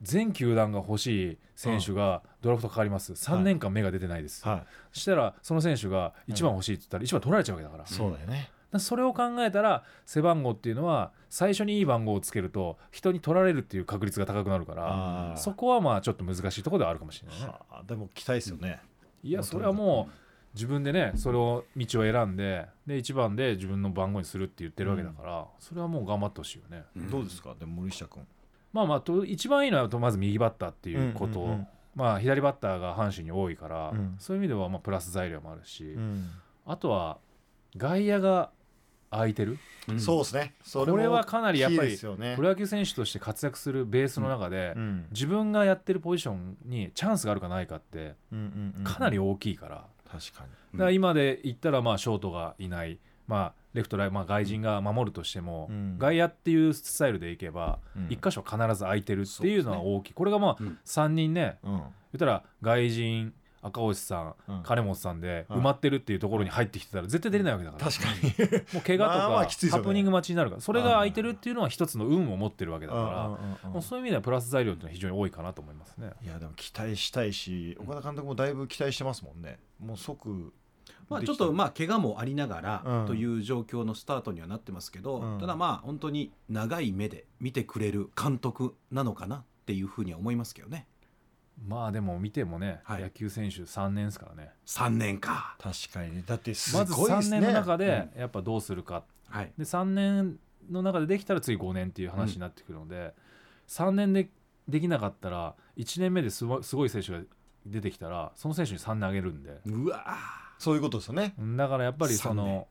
B: 全球団が欲しい選手がドラフトかかります3年間目が出てないです、
A: は
B: そしたらその選手が1番欲しいって言ったら1番取られちゃうわけだから,、
A: いそうだよね
B: それを考えたら背番号っていうのは最初にいい番号をつけると人に取られるっていう確率が高くなるから
A: あー
B: そこはまあちょっと難しいところではあるかもしれないね。
A: はあでも期待ですよね
B: いやそれはもう自分でねそれを道を選んでで1番で自分の番号にするって言ってるわけだから、それはもう頑張ってほしいよね。
A: どうですかでも森下君
B: まあまあと一番いいのはとまず右バッターっていうこと、
A: うんうんうん
B: まあ、左バッターが阪神に多いから、
A: うん
B: そういう意味ではまあプラス材料もあるし、
A: うん
B: あとは外野が空いてる
A: そう
C: う
A: ですねそ
B: こ
A: も
B: れはかなりやっ
A: 大
B: ぱ
A: きいで
B: り
A: すよね
B: プロ野球選手として活躍するベースの中で、
A: うん
B: 自分がやってるポジションにチャンスがあるかないかって
A: うんうんうん
B: かなり大きいから。
A: 確かに
B: だから今で言ったらまあショートがいない、まあ、レフトライまあ、外人が守るとしても、
A: うん
B: 外野っていうスタイルでいけば
A: うん
B: 一箇所必ず空いてるっていうのは大きい、これがまあ
C: うん
B: 3人ね
A: うん
B: 言ったら外人赤星さん、
A: うん
B: 金本さんで
A: はい
B: 埋まってるっていうところに入ってきてたら絶対出れないわけだから、
A: 確かに
B: もう怪我と
A: まあ
B: か
A: まあきついですよ
B: ハ
A: ね
B: プニング待ちになるからそれが空いてるっていうのは一つの運を持ってるわけだから、もうそういう意味ではプラス材料っていうのは非常に多いかなと思いますね。
A: いやでも期待したいし岡田監督もだいぶ期待してますもんねもう即
C: まあ、ちょっと
A: ま
C: まあ怪我もありながら
A: うん
C: という状況のスタートにはなってますけど、
A: うん
C: ただまあ本当に長い目で見てくれる監督なのかなっていうふうには思いますけどね
B: まあでも見てもね、
C: はい
B: 野球選手3年ですからね。
C: 3年か、
A: 確かにねだってす
B: まず
A: ごいで
B: 3
A: すね
B: 年の中でやっぱどうするか、
C: はい、
B: で3年の中でできたら次5年っていう話になってくるので、3年でできなかったら1年目ですごすごい選手が出てきたらその選手に3年あげるんで
C: うわ
A: そういうことですよね
B: だからやっぱりその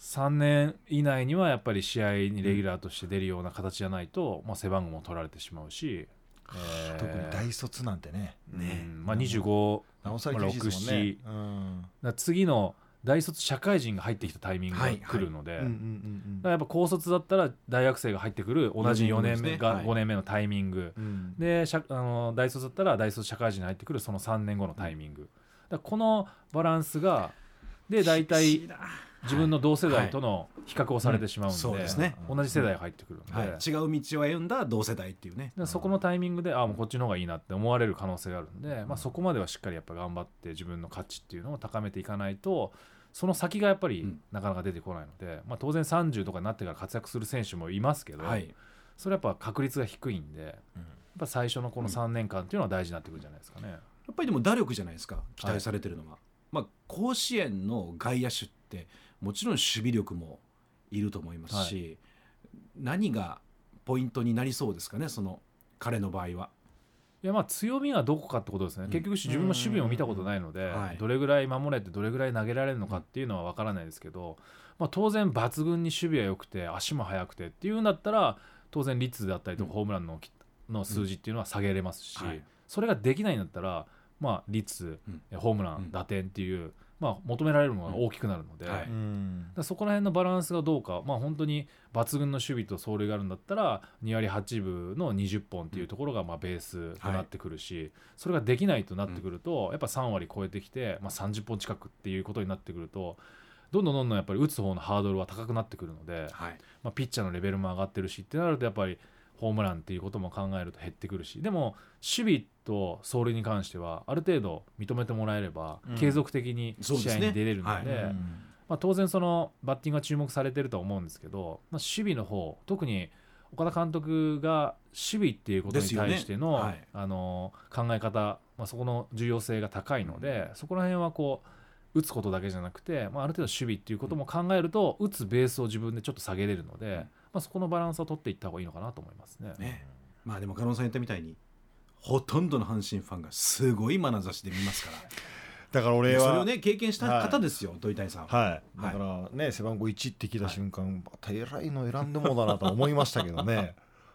B: 3年以内にはやっぱり試合にレギュラーとして出るような形じゃないと、まあ、背番号も取られてしまうし、えー
A: 特に大卒なんてね
C: ね
B: うんまあ、25
A: なおさら厳しいですもんねうん
B: だから次の大卒社会人が入ってきたタイミングが
C: はい
B: 来るので。
A: うんうんうん
B: だからやっぱ高卒だったら大学生が入ってくる同じ4年目
C: は
B: が
C: い
B: 5年目のタイミング
A: うん
B: で社あの大卒だったら大卒社会人に入ってくるその3年後のタイミングだからこのバランスがで大体自分の同世代との比較をされてしまう
C: そう
B: の
C: で
B: です
C: ね
B: 同じ世代が入ってくるので
C: はい、違う道を歩んだ同世代っていうね
B: だからそこのタイミングであもうこっちの方がいいなって思われる可能性があるんでまあそこまではしっかりやっぱ頑張って自分の価値っていうのを高めていかないとその先がやっぱ
C: う
B: り
C: ん
B: なかなか出てこないのでまあ当然30とかになってから活躍する選手もいますけど
C: はい
B: それはやっぱ確率が低いんで、やっぱ最初のこの3年間っていうのは大事になってくるんじゃないですかね。
C: やっぱりでも打力じゃないですか期待されてるのが、まあ、甲子園の外野手ってもちろん守備力もいると思いますし、何がポイントになりそうですかねその彼の場合は。
B: いやまあ強みがどこかってことですね、
C: うん
B: 結局自分も守備も見たことないので、
C: はい
B: どれぐらい守れてどれぐらい投げられるのかっていうのは分からないですけど、まあ、当然抜群に守備は良くて足も速くてっていうんだったら当然率だったりと
C: う
B: か
C: ん
B: ホームランのきの数字っていうのは下げれますし、
C: はい
B: それができないんだったら、まあ、率、
C: うん
B: えホームラン、
C: うん
B: 打点っていう、まあ、求められるものが大きくなるので。
C: うんはい
A: うん
B: だからそこら辺のバランスがどうか、まあ、本当に抜群の守備と走塁があるんだったら2割8分の20本っていうところがまあベースとなってくるし、それができないとなってくると、やっぱ3割超えてきて、まあ、30本近くっていうことになってくるとどんどんどんどんやっぱり打つ方のハードルは高くなってくるので、
C: はい
B: まあ、ピッチャーのレベルも上がってるしってなるとやっぱりホームランっていうことも考えると減ってくるしでも守備と走塁に関してはある程度認めてもらえれば
A: うん
B: 継続的に
C: そうです
B: 試
C: ね
B: 合に出れるので。
C: はい
A: うん
B: まあ、当然そのバッティングが注目されてるとは思うんですけど、まあ、守備の方特に岡田監督が守備っていうことに
C: ですよね
B: 対しての,、
C: はい
B: あの考え方、まあ、そこの重要性が高いので、そこら辺はこう打つことだけじゃなくて、まあ、ある程度守備っていうことも考えると、打つベースを自分でちょっと下げれるので、まあ、そこのバランスを取っていった方がいいのかなと思いますね。
C: ねまあ、でも加納さん言ったみたいにほとんどの阪神ファンがすごい眼差しで見ます から
A: だから俺
C: で
A: は
C: それをね経験した方ですよ、土井谷さんは。
A: はい、だからね、背番号1って聞いた瞬間、また偉いの選んでもだなとは思いましたけど ね、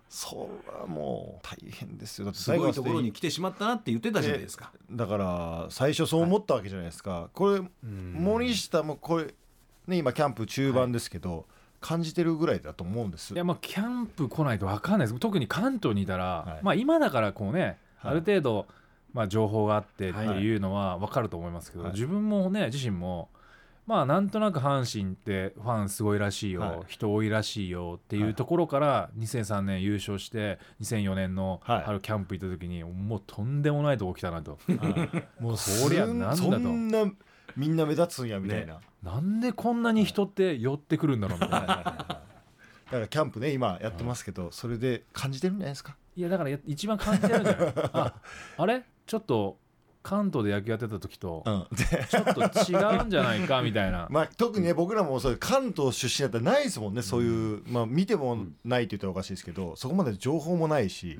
A: それはもう大変ですよ、だって
C: すごいとこ
A: 最
C: ろに
A: 後は
C: 来てしまったなって言ってたじゃないですか。
A: だから最初そう思ったわけじゃないですか、これ、森下もこれ、ね、今、キャンプ中盤ですけど、感じてるぐらいだと思うんです。
B: いやまあキャンプ来ないと分かんないです特に関東にいたら、
A: はい
B: まあ今だからこうね、
A: はい
B: ある程度、まあ、情報があってって
C: はい
B: いうのは分かると思いますけど、
C: はい
B: 自分もね自身もまあなんとなく阪神ってファンすごいらしいよ、
C: はい
B: 人多いらしいよっていうところから2003年優勝して2004年の
A: はい
B: 春キャンプ行った時にもうとんでもないとこ来たなと、もうそりゃなんだと
A: そんなみんな目立つんやみたいな、
B: なんでこんなに人って寄ってくるんだろうみたい
A: だ
B: な。
A: からキャンプね今やってますけどそれで感じてるんじゃないですか
B: いやだからや一番感じてあるじゃないああれちょっと関東で野球やってた時と
A: うんで
B: ちょっと違うんじゃないかみた いな、
A: まあ特にね僕らもそう関東出身だったらないですもんねそういうまあ見てもないって言ったらおかしいですけどそこまで情報もないし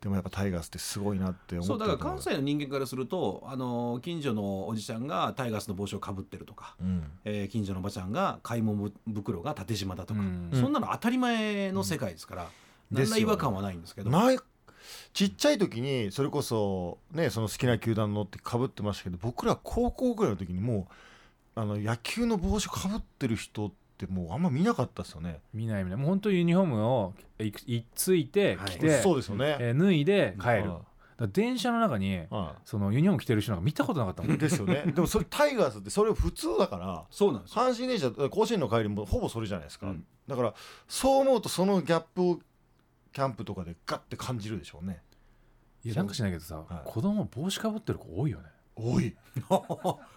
A: でもやっぱタイガースってすごいなって思って
C: そうだから
A: ると思
C: 関西の人間からするとあの近所のおじちゃんがタイガースの帽子をかぶってるとか、
A: うん
C: えー近所のおばちゃんが買い物袋が縦縞だとか、
B: うん
C: そんなの当たり前の世界ですから、
A: うん
C: 何ら違和感はないんですけど。
A: ないちっちゃい時にそれこそねその好きな球団のってかぶってましたけど僕ら高校ぐらいの時にもうあの野球の帽子かぶってる人ってもうあんま見なかったですよね。
B: 見ない見ないもう本当にユニフォームをいくいついて
C: はい
B: 着て、
A: そうですよね。
B: えー脱いで帰るだ
A: う
B: か
A: ん
B: ら電車の中に
A: うん
B: そのユニフォーム着てる人なんか見たことなかったもん
A: ですよね。でもそれタイガースってそれ普通だから
C: そうなんですよ
A: 阪神電車甲子園の帰りもほぼそれじゃないですか、
C: うん
A: だからそう思うとそのギャップをキャンプとかでガッて感じるでしょうね。
B: いやなんかしないけどさ、
A: はい
B: 子供帽子かぶってる子多いよね
A: 多い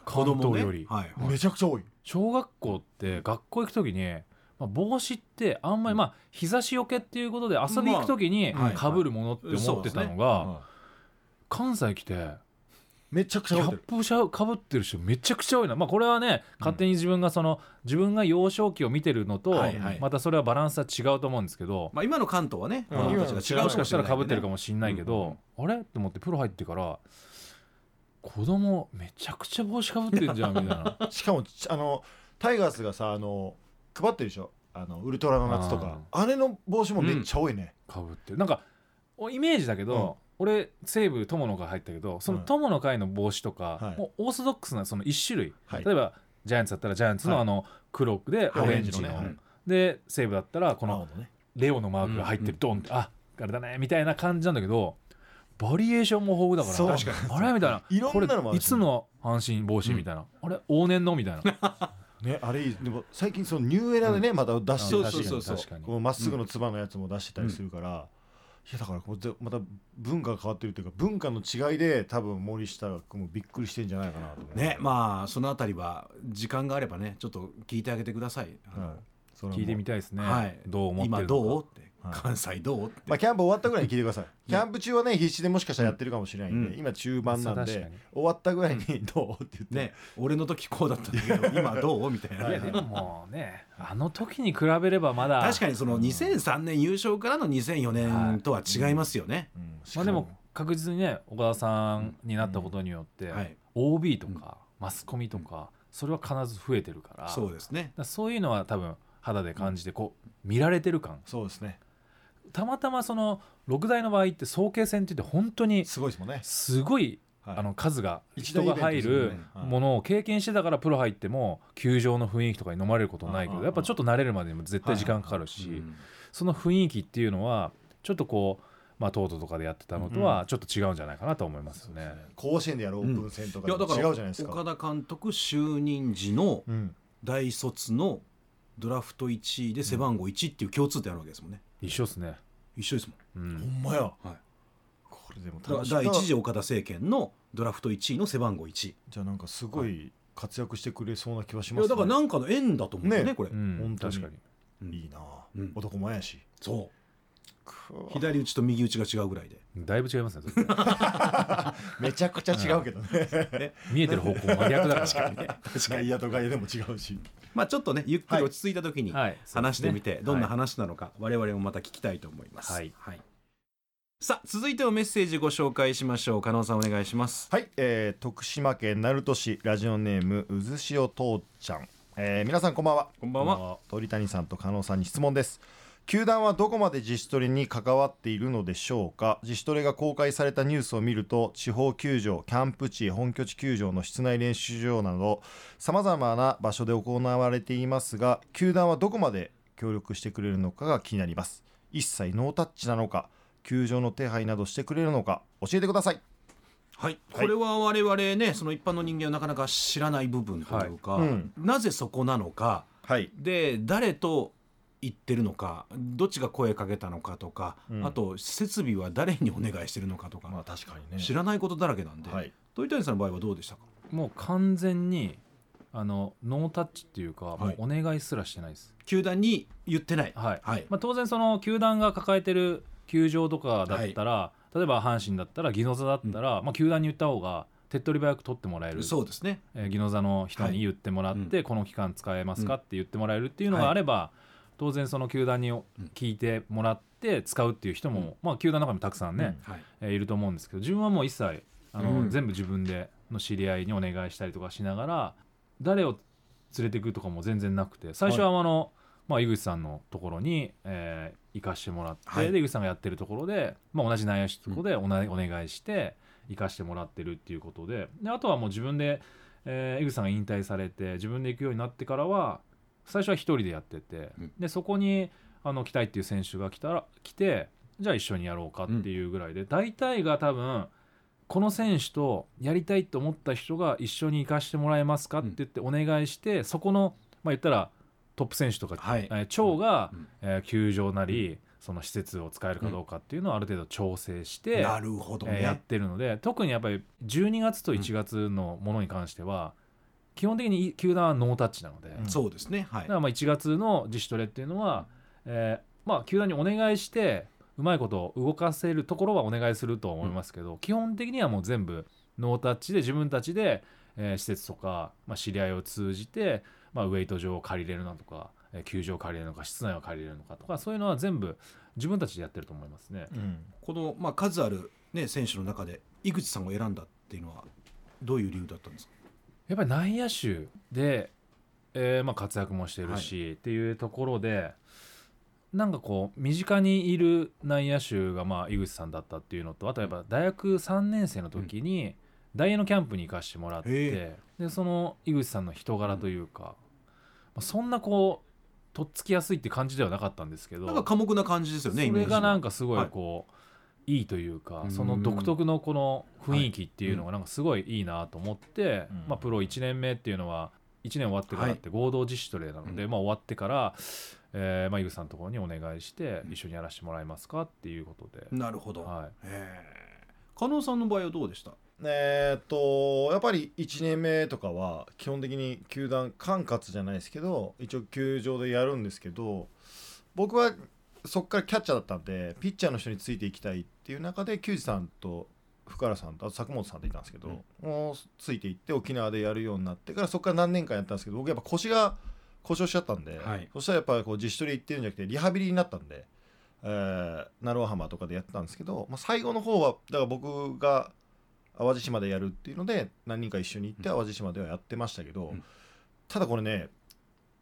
B: 関東より、
C: はいはい
A: めちゃくちゃ多い。
B: 小学校って学校行く時に、まあ、帽子ってあんまり、まあ日差しよけっていうことで遊び行く時に
C: まあはい
B: かぶるものって思ってたのが、
A: うん
B: 関西来て
A: めちゃくち
B: キ
A: ゃ
B: ャ
A: 多
B: ッ
A: い。
B: プしゃかぶってる人めちゃくちゃ多いな、まあ、これはね勝手に自分がその、自分が幼少期を見てるのと、
C: はいはい
B: またそれはバランスは違うと思うんですけど、
C: まあ、今の関東はね、
A: うん
C: 子供たち
A: 今の
C: が違うしれない
B: もしかしたらかぶってるか
C: も
B: もしんないけど、あれと思ってプロ入ってから子供めちゃくちゃ帽子かぶってんじゃんみたいな
A: しかもちあのタイガースがさあの配ってるでしょあのウルトラの夏とかあれの帽子もめっちゃ多いね、
B: かぶってるなんかおイメージだけど、俺西武友の会入ったけどその
A: うん
B: 友の会の帽子とか、
A: はい
B: もうオーソドックスなその1種類、
A: はい
B: 例えばジャイアンツだったらジャイアンツの
A: はい
B: あの黒で
A: はい
B: オレンジのね、
A: オレンジのね
B: で西武だったらこの
A: 青のね
B: レオのマークが入ってるドンって、ああれだねみたいな感じなんだけどバリエーションも豊富だから
A: そう確
B: あれみたいない
A: ろんなのもあ
B: これ
A: る
B: い
A: し
B: つの阪神帽子みたいな、あれ往年のみたいな
A: ねあれいいでも最近そのニューエラでね、また出して
C: そう
A: る
C: そう
A: し
C: そうそう
B: 確かに
A: このまっすぐのつばのやつも出してたりするから、いやだからこうぜまた文化が変わってるというか文化の違いで多分森下君もびっくりしてんじゃないかなと思う
C: ねまあそのあたりは時間があればねちょっと聞いてあげてください、
A: はいそれはもう
B: 聞いてみたいですね、
C: はい
B: どう思ってるの
C: 今
B: か
C: どうって、
A: はい
C: 関西どうって、
A: まあ、キャンプ終わったぐらいに聞いてください。キャンプ中はね、必死でもしかしたらやってるかもしれないんで、
C: うん
A: 今中盤なんで、
B: そう確
A: 終
B: かに
A: わったぐらいにどうって言って、
C: ね俺の時こうだったんだけど今どうみたいな、
B: いやでももうねあの時に比べればまだ
C: 確かにその2003年優勝からの2004年とは違いますよね、
A: うんしか
B: まあでも確実にね岡田さんになったことによって、
C: はい
B: OB とか、マスコミとかそれは必ず増えてるから
C: そうですね
B: だからそういうのは多分肌で感じてこう見られてる感
A: そうですね。
B: たまたまその六大の場合って早慶戦って言って本当に
A: すごいですもんね。
B: すごい
A: はい
B: あの数が
A: 一大
B: 人
A: イベン
B: が
A: トで
B: 入
A: すよね
B: る
A: はい
B: ものを経験してたからプロ入っても球場の雰囲気とかに飲まれることないけ
A: うんうんう
B: ど
A: ん
B: やっぱちょっと慣れるまでにも絶対時間かかる
C: う
B: し
C: ん
B: その雰囲気っていうのはちょっとこうまあトートとかでやってたのとはちょっと違うんじゃないかなと思いますよね。
A: 甲子園でやるオープン戦と
C: い
A: か
C: や
A: と
C: だか
A: 違
C: ら
A: うじゃないですか。
C: 岡田監督就任時の
A: うん、
C: 大卒のドラフト1位で背番号1っていう共通点あるわけですもんね
B: 一緒ですね。
C: 一緒ですもん
B: う
A: ほ
B: ん。
A: んまや。
C: はい
A: これでも
C: だから
A: しかっ
C: 第
A: た
C: 一次岡田政権のドラフト1位の背番号1い
A: じゃあなんかすごい活躍してくれそうな気はしま
C: や
A: す
C: だ
A: ね。
C: からなんかの縁だと思うんだよね
A: ね
C: これ、
B: うん
A: 本当に
B: 確かに。
A: いいなあ、
C: うん
A: 男前やし。
C: そう
A: くわ
C: 左打ちと右打ちが違うぐらいで
B: だいぶ違いますね。それ
A: めちゃくちゃ違うけどね。
B: 見えてる方向真逆だから。確 かに。
A: 外野と外野でも違うし。
C: まあちょっとねゆっくり落ち着いた時に
B: はい。
C: 話してみて、どん
B: は
C: な
B: い
C: 話なのか、我々もまた聞きたいと思います、
B: はい
C: さあ続いてのメッセージご紹介しましょう加納さんお願いします
A: はい、えー、徳島県鳴門市ラジオネームうずしおとうちゃん、えー、皆さんこんばんは
C: こんばんは。
A: 鳥谷さんと加納さんに質問です球団はどこまで自主トレに関わっているのでしょうか自主トレが公開されたニュースを見ると地方球場キャンプ地本拠地球場の室内練習場などさまざまな場所で行われていますが球団はどこまで協力してくれるのかが気になります一切ノータッチなのか球場の手配などしてくれるのか教えてください
C: はい、これは我々ねその一般の人間はなかなか知らない部分というか、
A: はいうん
C: なぜそこなのか
A: はい
C: で誰と言ってるのかどっちが声かけたのかとか、
A: うん
C: あと設備は誰にお願いしてるのかとか、
A: まあ確かにね
C: 知らないことだらけなんで、
A: はい
C: 鳥谷さんの場合はどうでしたか
B: もう完全にあのノータッチっていうか、
C: はい
B: もうお願いすらしてないです、
C: 球団に言ってない、
B: はい
C: はい
B: まあ、当然その球団が抱えてる球場とかだったら、例えば阪神だったら宜野座だったら、まあ、球団に言った方が手っ取り早く取ってもらえる
C: そうですね
B: えー宜野座の人
C: はい
B: に言ってもらって、この期間使えますかって言ってもらえるっていうの
C: は
B: が
C: い
B: あれば、当然その球団に聞いてもらって使うっていう人も、まあ、球団の中にもたくさんね、
C: はい
B: えーいると思うんですけど自分はもう一切あの、
C: うん
B: 全部自分での知り合いにお願いしたりとかしながら誰を連れてくとかも全然なくて最初はあの、まあ、井口さんのところに、えー行かしてもらって、
C: はい
B: で井口さんがやってるところで、まあ、同じ内容室とこでおなお願いして行かしてもらってるっていうことでであとはもう自分で、えー井口さんが引退されて自分で行くようになってからは最初は一人でやってて、
C: うん
B: でそこにあの来たいっていう選手が来たら来てじゃあ一緒にやろうかっていうぐらいで、大体が多分この選手とやりたいと思った人が一緒に行かしてもらえますかって言ってお願いして、そこの、まあ、言ったらトップ選手とか、
C: はい
B: えー長が、
C: うん
B: えー球場なり、その施設を使えるかどうかっていうのをある程度調整して、
C: なるほど
B: えーやっ
C: ね、
B: てるので特にやっぱり12月と1月のものに関しては、基本的に球団はノータッチなので、
A: うん
B: だ
C: そうですねはい
B: からまあ1月の自主トレっていうのは、えーまあ、球団にお願いしてうまいことを動かせるところはお願いするとは思いますけど、基本的にはもう全部ノータッチで自分たちで、えー施設とか、まあ、知り合いを通じて、まあ、ウェイト場を借りれるなとか。えー球場を借りれるのか室内を借りれるのかとかそういうのは全部自分たちでやってると思いますね。
A: うん
C: この、まあ、数ある、ね、選手の中で井口さんを選んだっていうのはどういう理由だったんですか
B: やっぱり内野手で、えーまあ、活躍もしてるし、っていうところでなんかこう身近にいる内野手がまあ井口さんだったっていうのとあとやっぱ大学3年生の時に大英のキャンプに行かしてもらっ
C: へ
B: てでその井口さんの人柄というか、まあ、そんなこうとっつきやすいって感じではなかったんですけど
C: なんか寡黙な感じですよね
B: それがなん
C: か
B: かすごいこう、い、いというか
C: うん
B: その独特のこの雰囲気っていうのがなんかすごいいいなと思って、
A: うん
B: まあ、プロ1年目っていうのは1年終わってからって合同実施トレなので、
C: うん
B: まあ、終わってから、えーまあ、井口さんのところにお願いして一緒にやらせてもらえますかっていうことで、
C: なるほど、
B: は
C: へえ加納さんの場合はどうでした
A: えーっとやっぱり1年目とかは基本的に球団管轄じゃないですけど一応球場でやるんですけど僕はそこからキャッチャーだったんでピッチャーの人についていきたいっていう中で球児さんと福原さんとあと佐久本さんといたんですけど、もうついていって沖縄でやるようになってからそこから何年間やったんですけど僕やっぱ腰が故障しちゃったんで、
C: はい
A: そしたらやっぱりこう自主トレ行ってるんじゃなくてリハビリになったんで。えー、鳴尾浜とかでやってたんですけど、まあ、最後の方はだから僕が淡路島でやるっていうので何人か一緒に行って
C: うん
A: 淡路島ではやってましたけど、
C: うん
A: ただこれね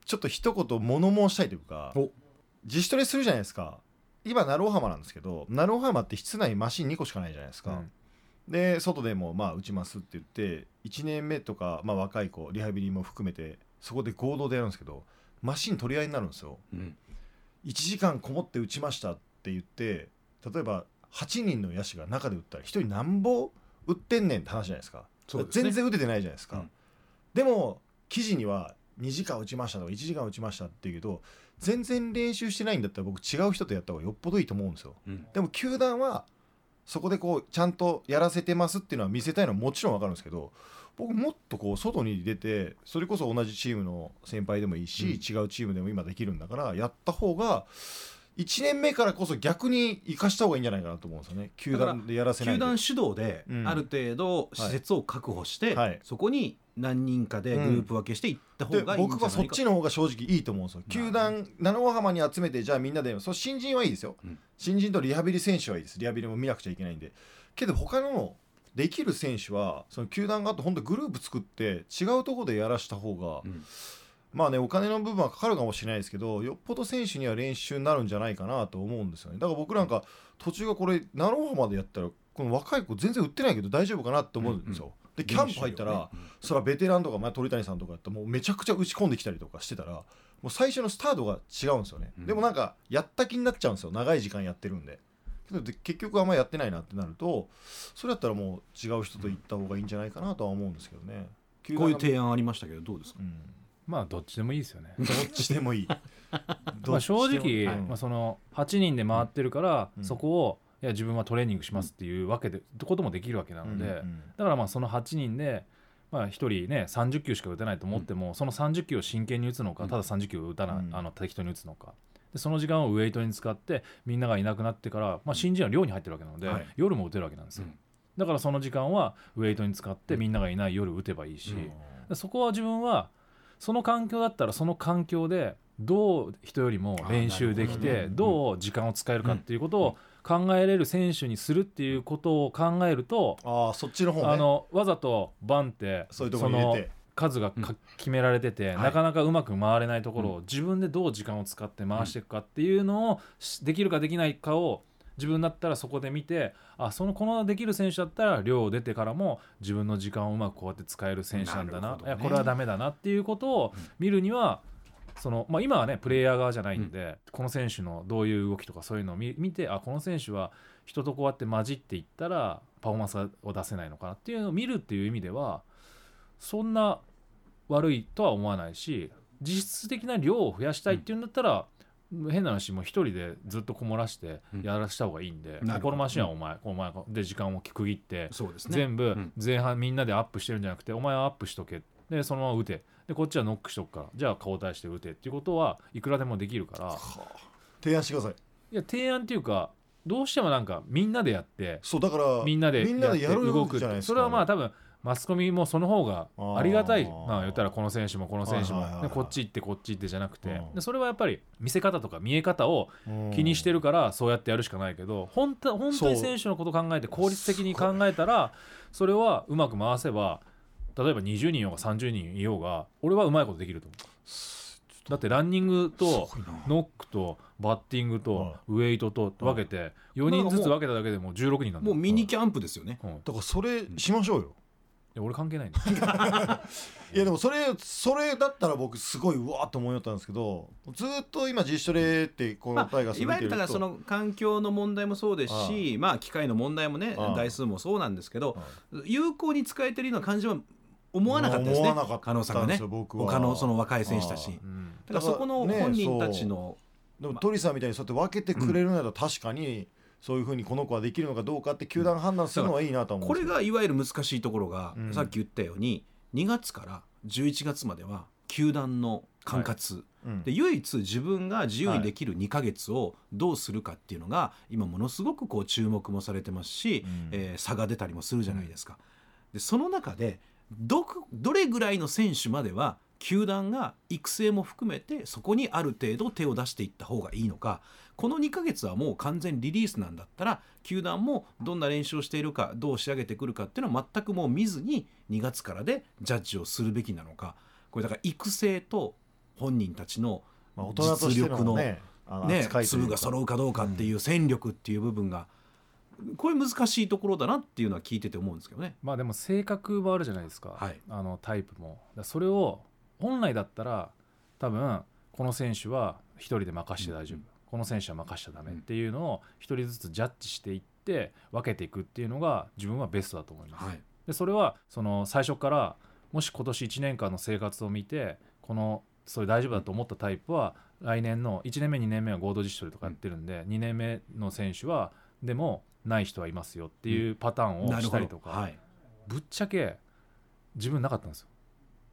A: ちょっと一言物申したいというか
C: お
A: 自主トレするじゃないですか今鳴尾浜なんですけど鳴尾浜って室内マシン2個しかないじゃないです
B: い
A: か、で外でもまあ打ちますって言って1年目とか、まあ、若い子リハビリも含めてそこで合同でやるんですけどマシン取り合いになるんですよ
C: うん
A: 1時間こもって打ちましたって言って例えば8人の野手が中で打ったら1人なんぼ打ってんねんって話じゃないですか
C: そうですね
A: 全然打ててないじゃないですか、
C: うん
A: でも記事には2時間打ちましたとか1時間打ちましたって言うけど全然練習してないんだったら僕違う人とやった方がよっぽどいいと思うんですよ
C: うん
A: でも球団はそこでこうちゃんとやらせてますっていうのは見せたいのはもちろん分かるんですけど僕もっとこう外に出てそれこそ同じチームの先輩でもいいし、
C: うん
A: 違うチームでも今できるんだからやった方が1年目からこそ逆に生かした方がいいんじゃないかなと思うんですよね球団でやらせない
C: 球
A: で
C: 団主導で
A: うん
C: ある程度施設を確保して、
A: はい
C: そこに何人かでグループ分けしていった方
A: で
C: がいいんじゃない
A: 僕
C: か
A: はそっちの方が正直いいと思うんですよ、
C: なるほ
A: 球
C: ど
A: 団、七尾浜に集めて、じゃあみんなで、そう新人はいいですよ、
C: うん
A: 新人とリハビリ選手はいいです、リハビリも見なくちゃいけないんで、けど他のできる選手は、その球団があと、本当、グループ作って、違うところでやらした方が、
C: うん
A: まあね、お金の部分はかかるかもしれないですけど、よっぽど選手には練習になるんじゃないかなと思うんですよね。だから僕なんか、途中がこれ、七尾浜でやったら、この若い子、全然売ってないけど、大丈夫かなって思うんですよ。で、キャンプ入ったら、それはベテランとか、まあ、鳥谷さんとかやったらもうめちゃくちゃ打ち込んできたりとかしてたらもう最初のスタートが違うんですよね、
C: うん
A: でもなんかやった気になっちゃうんですよ長い時間やってるんでけどで結局あんまやってないなってなるとそれだったらもう違う人と行った方がいいんじゃないかなとは思うんですけどね球
C: こう
A: 団
C: いう
A: が
C: 提案ありましたけどどうですか
A: うん
B: まあどっちでもいいですよね
A: どっちでもい い
B: まあ、正
A: どっち
B: 直、
A: でもいい
B: まあ、その8人で回ってるから、
A: うん
B: そこをいや自分はトレーニングしますっていうわけで、こともできるわけなので、
A: うん
B: だからまあその8人で、まあ、1人ね30球しか打てないと思っても、その30球を真剣に打つのか、
C: うん
B: ただ30球を打たない、
A: うん
B: あの適当に打つのかでその時間をウエイトに使ってみんながいなくなってから、まあ、新人は寮に入ってるわけなので、
C: はい
B: 夜も打てるわけなんですよ、
C: うん
B: だからその時間はウエイトに使って
C: うん
B: みんながいない夜打てばいいし、
C: うん
B: そこは自分はその環境だったらその環境でどう人よりも練習でき
C: あな
B: て
C: るほどね
B: どう時間を使えるかっていうことを考えれる選手にするっていうことを考えると
A: ああそっちの方ね
B: あのわざとバンって
A: そういうところに入れて
B: 数がか
C: うん
B: 決められてて
C: はい
B: なかなかうまく回れないところを自分でどう時間を使って回していくかっていうのをしできるかできないかを自分だったらそこで見てあそのこのできる選手だったら寮を出てからも自分の時間をうまくこうやって使える選手なんだ
C: なる
B: な
C: ほ
B: い
C: どね
B: やこれはダメだなっていうことを見るにはそのまあ今はねプレイヤー側じゃないんでこの選手のどういう動きとかそういうのを見見てあこの選手は人とこうやって混じっていったらパフォーマンスを出せないのかなっていうのを見るっていう意味ではそんな悪いとは思わないし実質的な量を増やしたいっていうんだったら、変な話もう一人でずっとこもらして
C: うん
B: やらした方がいいんで、
C: なるほ
B: 心
C: ど
B: 回しはお前、お前で時間を区切って、
C: そうですね
B: 全部
C: うん
B: 前半みんなでアップしてるんじゃなくて、お前はアップしとけでそのまま打てでこっちはノックしとくからじゃあ交代して打てっていうことはいくらでもできるから
A: 提案してください
B: いや提案っていうかどうしてもなんかみんなでやって
A: そうだから
B: みんなで
A: みんなでや
B: って
A: る動くじゃない
B: っ
A: で
B: て
A: すか
B: それはまあ多分マスコミもその方がありがたい
A: あー
B: まあ言ったらこの選手もこの選手
A: はいは
B: も
A: いはいはい
B: でこっち行ってこっち行ってじゃなくて
A: うん
B: でそれはやっぱり見せ方とか見え方を気にして
A: る
B: るからそうやってやるしかないけど本当本当に選手のこと考えて効率的に考えたらそれはうまく回せば例えば20人いようが30人いようが俺はうまいことできると思うだってランニングとノックとバッティングとウェイトと分けて4人ずつ分けただけでもう16人なんだ
C: もうミニキャンプですよね
B: うんい
A: だからそれしましょうよ
B: や俺関係ないんだ よ
A: いやでもそれそれだったら僕すごいうわーっと思いよったんですけどずーっと今自主トレってこの
C: まあ、
A: 大河
C: いわゆるだからその環境の問題もそうですしまあ、機械の問題もね
A: ああ
C: 台数もそうなんですけど有効に使えてるような感じは思わなかったですね
A: 思わなかった
C: 加納さんがね
A: ですよ僕は
C: 他のその若い選手たちに
B: うん
C: だからそこの本人たち
A: ね
C: の、
A: でも鳥さんみたいにそうやって分けてくれるなら確かにそういうふうにこの子はできるのかどうかって球団判断するのはいいなと思う
C: これ
A: が
C: がいわゆる難しいところが、
A: うん
C: さっき言ったように2月から11月までは球団の管轄、で唯一自分が自由にできる2ヶ月をどうするかっていうのが今ものすごくこう注目もされてますし、えー差が出たりもするじゃないですか。でその中でどこどれぐらいの選手までは球団が育成も含めてそこにある程度手を出していった方がいいのかこの2ヶ月はもう完全リリースなんだったら球団もどんな練習をしているかどう仕上げてくるかっていうのは全くもう見ずに2月からでジャッジをするべきなのかこれだから育成と本人たちの
A: まあ、大人として
C: 実力の
A: のねあの
C: ね
A: 扱いとい
C: 粒
A: う
C: が
A: か
C: 揃うかどうかっていう戦力っていう部分がこれ難しいところだなっていうのは聞いてて思うんですけどね。
B: まあでも性格もあるじゃないですか、
C: はい
B: あのタイプもだからそれを本来だったら多分この選手は一人で任して大丈夫、
C: うん
B: この選手は任しちゃダメっ
C: うん
B: ていうのを一人ずつジャッジしていって分けていくっていうのが自分はベストだと思います、
C: はい
B: でそれはその最初からもし今年1年間の生活を見てこのそれ大丈夫だと思ったタイプは来年の1年目2年目は合同実証とかやってるんで、2年目の選手はでもない人はいますよっていうパターンを
C: なる
B: し
C: ほ
B: た
C: ど
B: りとか、
C: はい
B: ぶっちゃけ自分なかったんです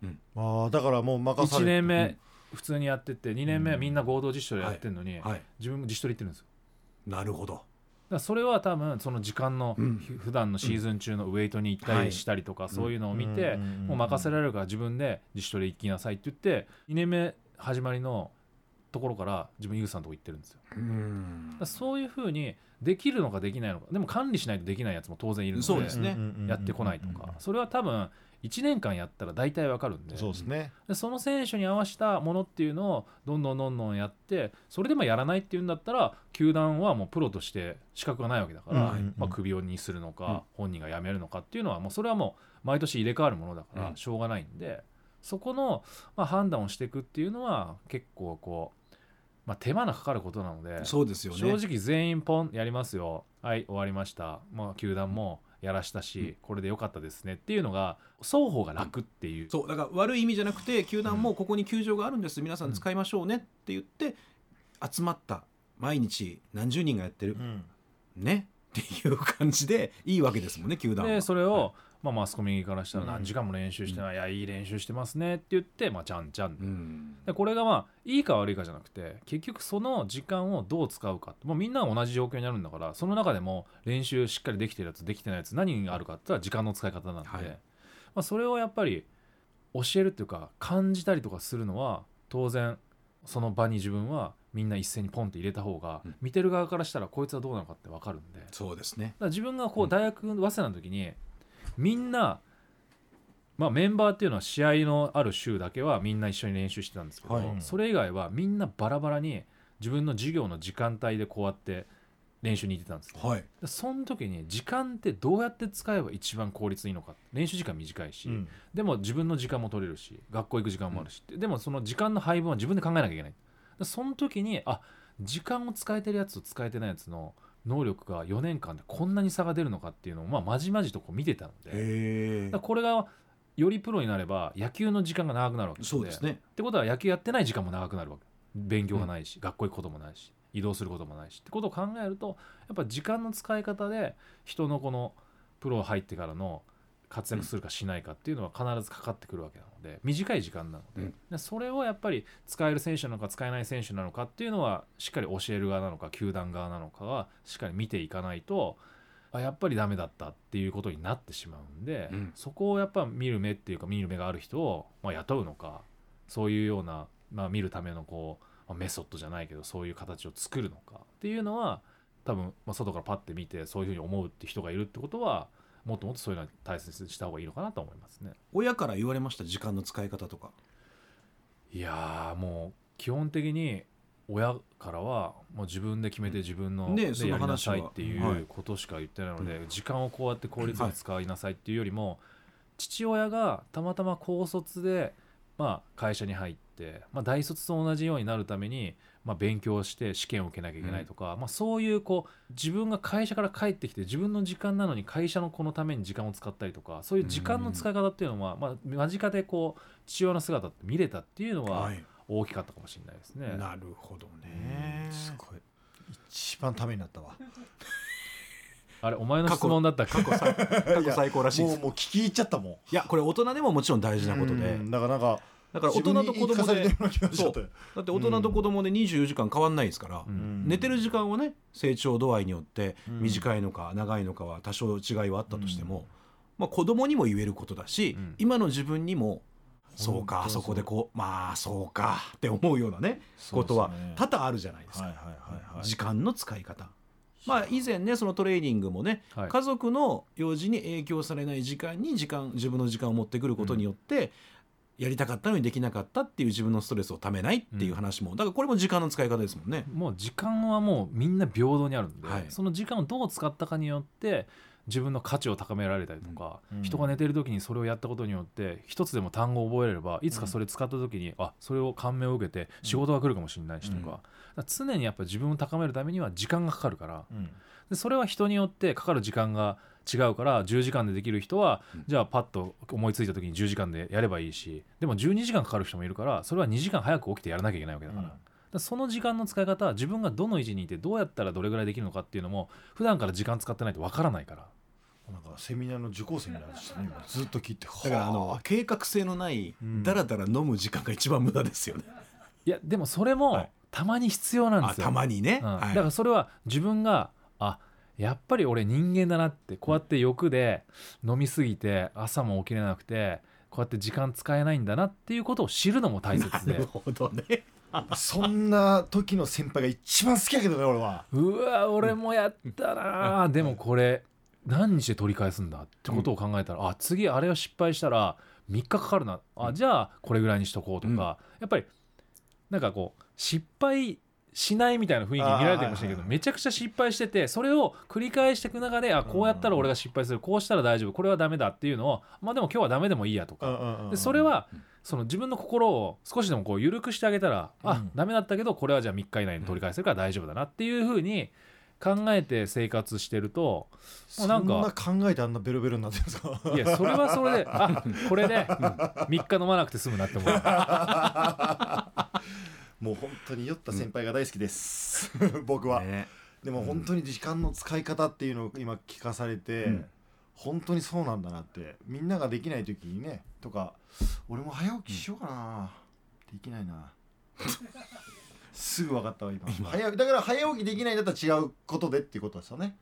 B: よ
A: ああだからもう任さ
B: 1
A: れて
B: 年
C: う
B: 目
C: ん
B: 普通にやってて2年目はみんな合同実証でやってるのに、
C: はい、
B: 自分も自主トレ行ってるんですよ
C: なるほど。
B: だからそれは多分その時間の、
C: うん
B: ふ普段のシーズン中のウェイトに行ったりしたりとか、
C: い
B: そういうのを見て、
A: んんん
B: もう任せられるから自分で自主トレ行きなさいって言って2年目始まりのところから自分井口さんのとこ行ってるんですよだ
C: うん
B: からそういうふうにできるのかできないのかでも管理しないとできないやつも当然いるので
C: そうですね
A: うんうんうんうん
B: やってこないとかそれは多分1年間やったら大体わかるんで
A: そうですね
B: でその選手に合わせたものっていうのをどんどんどんどんやってそれでもやらないっていうんだったら球団はもうプロとして資格がないわけだから、
C: うん
A: うん
B: まあ、首をにするのか、
C: うん
B: 本人が辞めるのかっていうのはもうそれはもう毎年入れ替わるものだか
C: う
B: ら
C: ん
B: しょうがないんで、そこの、まあ、判断をしていくっていうのは結構こう、ままあ、手間のかかることなので
C: そうですよね
B: 正直全員ポンやりますよはい終わりました、まあ、球団もやらしたし、
C: うん
B: これで良かったですねっていうのが双方が楽っていう、
C: そうだから悪い意味じゃなくて球団もここに球場があるんです皆さん使いましょうねって言って集まった毎日何十人がやってる
A: うん
C: ねっていう感じでいいわけですもんね球団
B: で
C: は。
B: それを、
C: は
B: まあ、マスコミからしたら
C: うん
B: 何時間も練習してない、いやいい練習してますねって言って、まあ、ちゃんちゃん、
C: うん
B: でこれがまあいいか悪いかじゃなくて結局その時間をどう使うかもうみんなが同じ状況になるんだからその中でも練習しっかりできてるやつできてないやつ何があるかって言ったら時間の使い方なんで、
C: はい
B: まあ、それをやっぱり教えるっていうか感じたりとかするのは当然その場に自分はみんな一斉にポンって入れた方が、
C: うん
B: 見てる側からしたらこいつはどうなのかって分かるんで。
C: そうですね
B: だから自分がこ
C: う
B: うん大学早稲田の時にみんな、まあ、メンバーっていうのは試合のある週だけはみんな一緒に練習してたんですけど、
C: はい
B: それ以外はみんなバラバラに自分の授業の時間帯でこうやって練習に行ってたんですね
C: はい
B: でその時に時間ってどうやって使えば一番効率いいのか練習時間短いし、
A: うん
B: でも自分の時間も取れるし学校行く時間もあるし、でもその時間の配分は自分で考えなきゃいけないでその時にあ時間を使えてるやつと使えてないやつの能力が4年間でこんなに差が出るのかっていうのをまあまじまじとこう見てたので
C: へ
B: だからこれがよりプロになれば野球の時間が長くなるわけ
C: そうですね
B: ってことは野球やってない時間も長くなるわけ勉強がないし、学校行くこともないし移動することもないしってことを考えるとやっぱ時間の使い方で人のこのプロ入ってからの活躍するかしないかっていうのは必ずかかってくるわけなので短い時間なので,
C: う
B: で、
C: ん
B: それをやっぱり使える選手なのか使えない選手なのかっていうのはしっかり教える側なのか球団側なのかはしっかり見ていかないとあやっぱりダメだったっていうことになってしまうんで、
C: うん
B: そこをやっぱ見る目っていうか見る目がある人を、まあ、雇うのかそういうような、まあ、見るためのこう、まあメソッドじゃないけどそういう形を作るのかっていうのは多分、まあ、外からパッて見てそういうふうに思うって人がいるってことはもっともっとそういうのは大切にした方がいいのかなと思いますね。
C: 親から言われました時間の使い方とか
B: いやーもう基本的に親からはもう自分で決めて自分の
C: ね
B: で
C: その
B: やりな
C: 話は
B: さいってい
C: はいう
B: ことしか言ってないので、時間をこうやって効率よく使いなさいっていうよりも、父親がたまたま高卒で、まあ、会社に入って、まあ、大卒と同じようになるために、まあ、勉強して試験を受けなきゃいけないとか、まあ、そういうこう自分が会社から帰ってきて自分の時間なのに会社のこのために時間を使ったりとかそういう時間の使い方っていうのは、まあ、間近でこう父親の姿って見れたっていうのは大きかったかもしれないですね。
C: なるほどね
A: すごい一番ためになったわ
B: あれお前の
C: 過去
B: 質問だったっけ
C: 過去 最過去最高らしいで
A: も
C: す
A: うもう聞き入っちゃったもん
C: いやこれ大人でももちろん大事なことで
A: うんだからなんか
C: だから大人と子供
A: 自分に言い聞かされて
C: で
A: るような気がしちゃったよ
C: だって大人と子供で24時間変わんないですから
B: う、ん
C: 寝てる
A: 時
C: 時間はね成長度合いによって
A: うん
C: 短いのか長いのかは多少違いはあったとしても、まあ、子供にも言えることだし、
B: うん
C: 今の自分にもそう
A: 本
C: かあ
A: 当そ
C: そうこでこうまあそうかって思うようなねことは多々あるじゃないですか、
A: はいはいはいはい
C: 時間の使い方。まあ、以前ねそのトレーニングもね、
B: はい
C: 家族の用事に影響されない時間に時間自分の時間を持ってくることによって、やりたかったのにできなかったっていう自分のストレスをためないっていう話も、だからこれも時間の使い方ですもんね。
B: もう時間はもうみんな平等にあるんで、
C: はい
B: その時間をどう使ったかによって自分の価値を高められたりとか、
A: うん
B: 人が寝てる時にそれをやったことによって一つでも単語を覚えれればいつかそれ使った時に、あそれを感銘を受けて仕事が来るかもしれないしとか,、
C: うん
B: だから常にやっぱ自分を高めるためには時間がかかるから
A: うん
B: でそれは人によってかかる時間が違うから10時間でできる人は、
C: うん
B: じゃあパッと思いついた時に10時間でやればいいしでも12時間かかる人もいるからそれは2時間早く起きてやらなきゃいけないわけだから。だからその時間の使い方は自分がどの位置にいてどうやったらどれぐらいできるのかっていうのも普段から時間使ってないとわからないから
A: なんかセミナーの受講生みたいな話ね今ずっと聞いて
C: だからあの計画性のない
A: うん
C: だらだら飲む時間が一番無駄ですよね。
B: いやでもそれ
C: は
B: も
C: い
B: たまに必要なん
C: あ
B: ですよ、
C: たまにね。
B: うん
C: はい
B: だからそれは自分があやっぱり俺人間だなってこうやって欲で飲みすぎて朝も起きれなくてこうやって時間使えないんだなっていうことを知るのも大切
C: な る
B: で
C: ほどね。
A: そんな時の先輩が一番好きやけどね俺は
B: うわ俺もやったなあでもこれ何日で取り返すんだってことを考えたら、あ次あれを失敗したら3日かかるなあ、
C: うん
B: じゃあこれぐらいにしとこうとか、
C: うん
B: やっぱりなんかこう失敗しないみたいな雰囲気に見られてまし
A: あーは
B: たけど、
A: いはいはい
B: めちゃくちゃ失敗しててそれを繰り返していく中であこうやったら俺が失敗するこうしたら大丈夫これはダメだっていうのをまあでも今日はダメでもいいやとか、でそれはその自分の心を少しでもこう緩くしてあげたら、
A: う
B: あ
A: ん
B: ダメだったけどこれはじゃあ3日以内に取り返せるから大丈夫だなっていうふうに考えて生活して るとも
A: そう
B: なん
A: ん
B: か
A: な考えてあんなベロベロになってるんですか
B: いやそれはそれであこれで3日飲まなくて済むなって思う
A: もう本当に酔った先輩が大好きです、僕は、
C: ね
A: でも本当に時間の使い方っていうのを今聞かされて、
C: うん
A: 本当にそうなんだなってみんなができない時にねとか俺も早起きしようかな、できないなすぐ分かったわ今早だから早起きできないんだったら違うことでっていうことですよね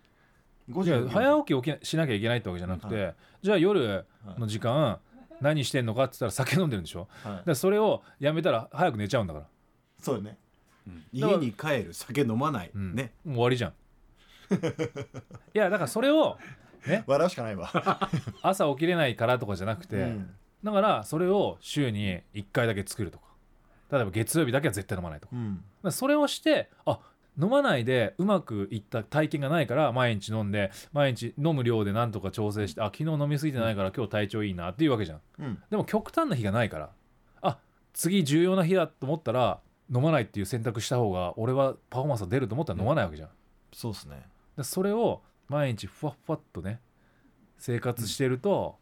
A: 5
B: い
A: 時
B: や
A: に起きる
B: 早起き起きしなきゃいけないってわけじゃなくて、じゃあ夜の時間何してんのかって言ったら酒飲んでるんでしょ
A: はい
B: だからそれをやめたら早く寝ちゃうんだから、
A: そうよね
C: うん家に帰る酒飲まない、
B: うん
C: ね
B: もう終わりじ ゃんいやだからそれを
A: 笑うしかないわ、
B: 朝起きれないからとかじゃなくて、
A: うん
B: だからそれを週に1回だけ作るとか例えば月曜日だけは絶対飲まないとかだ
A: うん
B: からそれをしてあ飲まないでうまくいった体験がないから毎日飲んで毎日飲む量でなんとか調整してあ昨日飲みすぎてないから今日体調いいなっていうわけじゃん
A: うん、
B: でも極端な日がないからあ次重要な日だと思ったら飲まないっていう選択した方が俺はパフォーマンスが出ると思ったら飲まないわけじゃん、
A: そうですね
B: でそれを毎日ふわっふわっとね生活してると、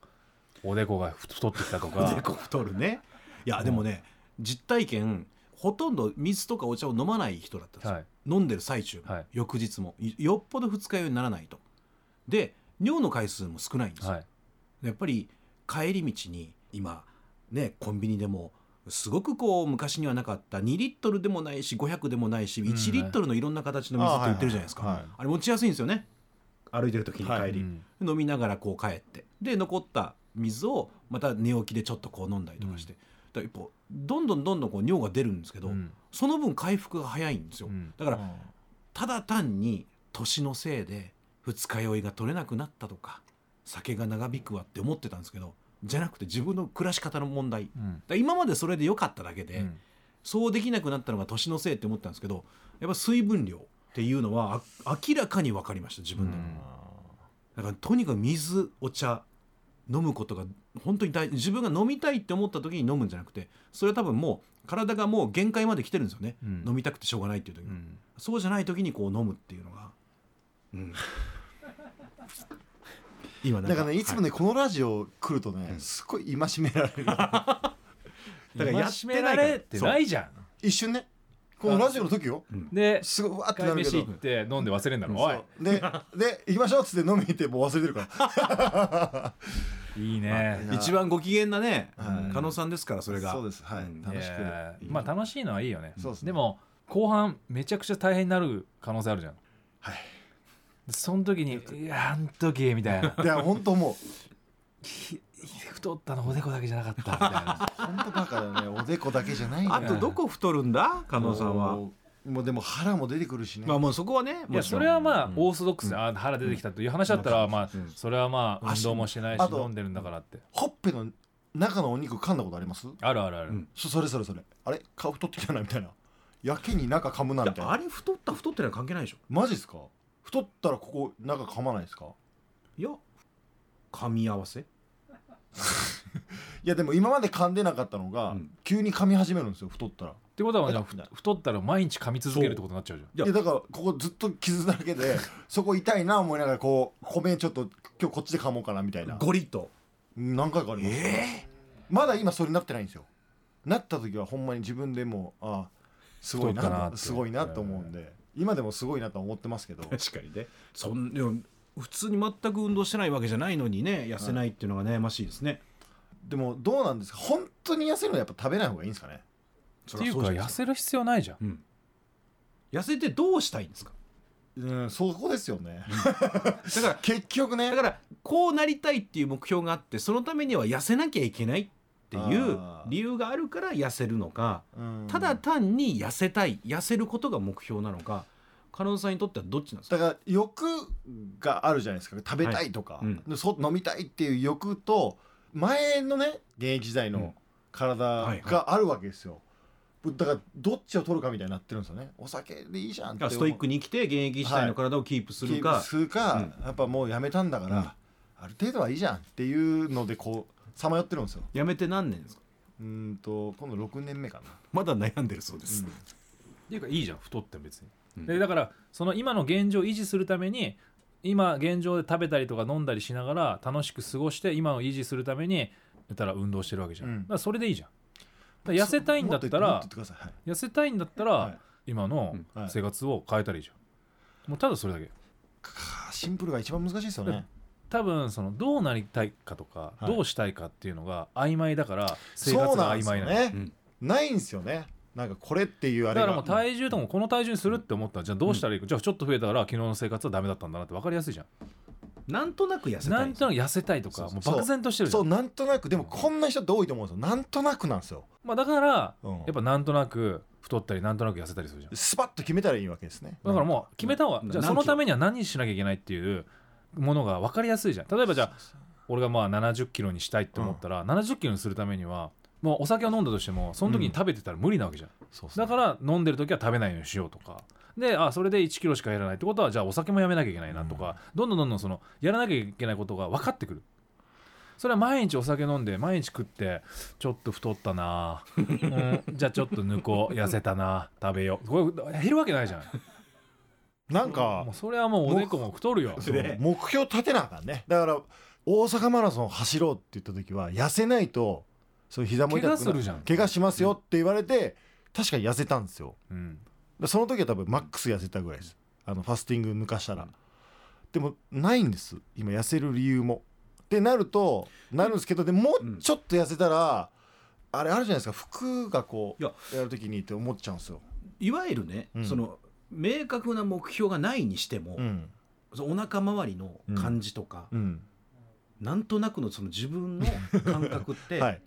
B: おでこが太ってきたとか
C: でこ太るねいやでもね実体験ほとんど水とかお茶を飲まない人だったんですよ、
B: はい
C: 飲んでる最中も、
B: はい
C: 翌日もいよっぽど二日酔いにならないとで尿の回数も少ないんですよ、
B: はい
C: やっぱり帰り道に今ねコンビニでもすごくこう昔にはなかった2リットルでもないし500でもないし
B: ん
C: 1リットルのいろんな形の水って売ってるじゃないですか、
A: あ
C: あ,、
A: はいはいはい
C: れ持ちやすいんですよね歩いてる時に帰り、
A: はい
B: うん
C: 飲みながらこう帰ってで残った水をまた寝起きでちょっとこう飲んだりとかして、だからこうどんどんどんどんこう尿が出るんですけど、
B: うん
C: その分回復が早いんですよ、
B: うん
C: だからただ単に年のせいで二日酔いが取れなくなったとか酒が長引くわって思ってたんですけどじゃなくて自分の暮らし方の問題だか
B: うん
C: ら今までそれで良かっただけで、
B: うん
C: そうできなくなったのが年のせいって思ったんですけどやっぱ水分量っていうのはあ明らかに分かりました自分でも、
B: うん
C: だからとにかく水お茶飲むことが本当に大事自分が飲みたいって思った時に飲むんじゃなくてそれは多分もう体がもう限界まで来てるんですよね、
B: うん
C: 飲みたくてしょうがないっていう時に、
B: うん
C: そうじゃない時にこう飲むっていうのが、うん、今
A: だからねいつも
C: は
A: ねこのラジオ来るとね
C: ん
A: すっごい戒められる
C: だからやってな
B: 戒め
C: いから
B: られてないじゃん
A: 一瞬ねこのラジオの時よ
B: です
A: ごいわーって
B: 買
A: ないるけ
B: 飯
A: ど
B: 行って飲んで忘れんだろ、おい
A: そうでで行きましょうっつって飲みに行ってもう忘れてるから
B: いいね
A: い
C: 一番ご機嫌なね
A: はい
C: 加納さんですからそれが
A: そうですはい
C: ん
A: 楽しく
B: いやー
A: いい
B: まあ楽しいのはいいよね
A: そうですね
B: も後半めちゃくちゃ大変になる可能性あるじゃん
A: はい
B: でその時に「いやあん時」みたいな
A: いや本当もう
B: ひ太ったのおでこだけじゃなかったみたいな
A: 本当バカだよねおでこだけじゃない
C: あとどこ太るんだ加納さんは、
A: もうもうでも腹も出てくるしね
C: まあもうそこはね
B: いや
C: もちろ
B: そ
C: ん
B: れはまあ
C: うん
B: オーソドックスで、あ腹出てきたという話だったら、まあ
C: うん
B: それはまあ運動もしてないし
A: あと
B: 飲んでるんだからって
A: ほっぺの中のお肉噛んだことあります
B: あるあるある、
C: うん
A: そそれそれそれあれ顔太ってきたなみたいなやけに中噛むないみ
C: や
A: たい
C: あ
A: な
C: れ太った太ってない関係ないでしょ
A: マジっすか太ったらここ中噛まないですか
C: いや噛み合わせ
A: いやでも今まで噛んでなかったのが、
C: うん
A: 急に噛み始めるんですよ太ったら
B: ってことはじゃあふ
A: だって
B: 太ったら毎日噛み続けるってことになっちゃうじゃん
C: いや
A: いやだからここずっと傷だらけ でそこ痛いな思いながらこう米ちょっと今日こっちで噛もうかなみたいな
C: ゴリッと
A: 何回かありますよまだ今それになってないんですよなった時はほんまに自分でもうあすごい
B: 太ったな
A: な
B: って
A: すごいなと思うんで今でもすごいなと思ってますけど
C: 確かにねそんでも普通に全く運動してないわけじゃないのにね痩せないっていうのが悩ましいですね、
A: でもどうなんですか本当に痩せるのはやっぱ食べない方がいいんですかね
C: そ
B: ってい
C: り
B: う
C: ゃそ
B: か
C: じゃな
B: 痩
C: です
B: せる必要ないじゃん
C: うん、痩せてどうしたいんですか
A: うんそこですよね
C: だから
A: 結局ね
C: だからこうなりたいっていう目標があってそのためには痩せなきゃいけないっていう
A: あー
C: 理由があるから痩せるのか
A: うん
C: ただ単に痩せたい痩せることが目標なのか加納さんにとってはどっちなんですか
A: だから欲があるじゃないですか食べたいとか、
C: いうん
A: でそ飲みたいっていう欲と前のね現役時代
C: うん
A: の体
C: はいはい
A: があるわけですよ、だからどっちを取るかみたいになってるんですよねお酒でいいじゃんって
C: あ
A: 思う
C: ストイックに生きて現役時代の体をキープするか、
A: するか、やっぱもうやめたんだから、ある程度はいいじゃんっていうのでこうさまよってるんですよ
C: やめて何年ですか
A: うーんと今度6年目かな
C: まだ悩んでるそうです、
A: うん
B: ていうかいいじゃん太って別に、
C: うん
B: でだからその今の現状を維持するために今現状で食べたりとか飲んだりしながら楽しく過ごして今を維持するために言ったら運動してるわけじゃん、
A: うん
B: だからそれでいいじゃんだから痩せたいんだった
A: もと言っ
B: ら
A: てもっと言ってください、はい
B: 痩せたいんだった
A: は
B: ら
A: い
B: 今の
A: はい
B: 生活を変えたらいいじゃん、もうただそれだけ
A: かシンプルが一番難しいですよね
B: 多分そのどうなりたいかとか、
A: はい
B: どうしたいかっていうのが曖昧だから生活が曖
A: です
B: 昧
A: よ
B: なの
A: ね、
C: うん
A: ないんですよねなんかこれっていうあれ
B: だ
A: が
B: からもう体重とかもこの体重にするって思ったらじゃあどうしたらいいか、じゃあちょっと増えたから昨日の生活はダメだったんだなって分かりやすいじゃん
C: なんとなく痩せた
B: ないんとなく痩せたいとか
A: そうそう
B: もう漠然としてるじゃ
A: そ
B: ん
A: うなんとなくでもこんな人って多いと思うんですよなんとなくなんですよ、
B: まあ、だから、
A: うん
B: やっぱなんとなく太ったりなんとなく痩せたりするじゃん
A: スパッと決めたらいいわけですね
B: だからもう決めた方が
C: うん
B: じゃあ
C: 何
B: その
C: キロ
B: ためには何しなきゃいけないっていうものが分かりやすいじゃん例えばじゃあ俺がまあ70キロにしたいって思ったら、70キロにするためにはもうお酒を飲んだとしてもその時に食べてたら無理なわけじゃん、
A: そうそう
B: だから飲んでる時は食べないようにしようとかであそれで1キロしか減らないってことはじゃあお酒もやめなきゃいけないなとか、どんどんどんどんそのやらなきゃいけないことが分かってくるそれは毎日お酒飲んで毎日食ってちょっと太ったな、うん、じゃあちょっと 抜こう痩せたな食べようこれ減るわけないじゃん
A: なんか
B: もうそれはもうおでこも太るよ
A: そう目標立てなあかんねだから大阪マラソン走ろうって言った時は痩せないとそういう膝も痛くな
B: 怪我するじゃん
A: 怪我しますよって言われて確かに痩せたんですよ
B: うん、
A: でその時は多分マックス痩せたぐらいですあのファスティング抜かしたらでもないんです今痩せる理由もってなるとなるんですけどでも
C: うん
A: うちょっと痩せたら、あれあるじゃないですか服がこう
C: いや
A: やる時にって思っちゃうんですよ、
C: いわゆるね、
A: うん
C: その明確な目標がないにしても、
A: うん
C: そのお腹周りの感じとか、
A: うん
C: なんとなくのその自分の感覚 って、
A: はい、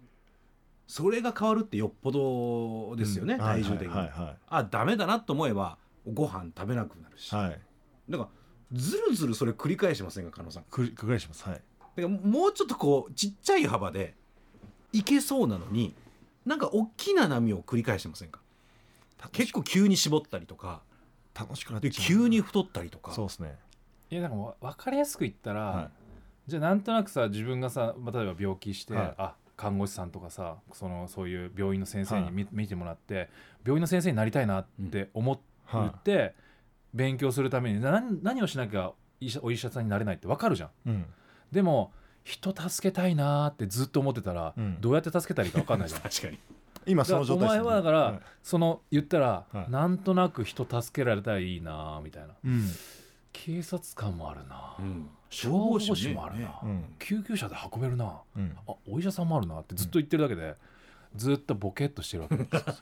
C: それが変わるってよっぽどですよね、
A: うん
C: 体重的に、
A: はいは
C: あダメだなと思えばご飯食べなくなるし、
A: いはい、はい、
C: だからずるずるそれ繰り返してませんか加納さんだ
A: くりくり返しますはい
C: からもうちょっとこうちっちゃい幅でいけそうなのになんか大きな波を繰り返してませんか結構急に絞ったりとか
A: 楽しくなっ
C: で
A: てき
C: 急に太ったりとか
A: そうですね
B: いやなんかわ分かりやすく言ったら、
A: は
B: じゃあなんとなくさ自分がさまあ例えば病気して、
A: はい
B: あ看護師さんとかさそのそういう病院の先生
A: は
B: に
A: い
B: 見,、見てもらって病院の先生になりたいなって思って、
A: い、は
B: 勉強するために何何をしなきゃ医者お医者さんになれないって分かるじゃん
A: いうん、
B: でも人助けたいなーってずっと思ってたら、
A: うん
B: どうやって助けたらいいか分か んないじゃん
C: 確かに
A: 今
B: だ
A: そ
B: から
A: の状
B: お
A: 態です、
B: 前
A: ね、
B: はだから、
A: はい
B: その言ったら、
A: はい
B: なんとなく人助けられたらいいなーみたいな
A: うん
B: 警察官もあるな、
C: うん
B: 消防士もあるな、
A: うん
B: 救急車で運べるな
A: うん、
B: あお医者さんもあるなってずっと言ってるだけで、ずっとボケっとして るわけ
A: だか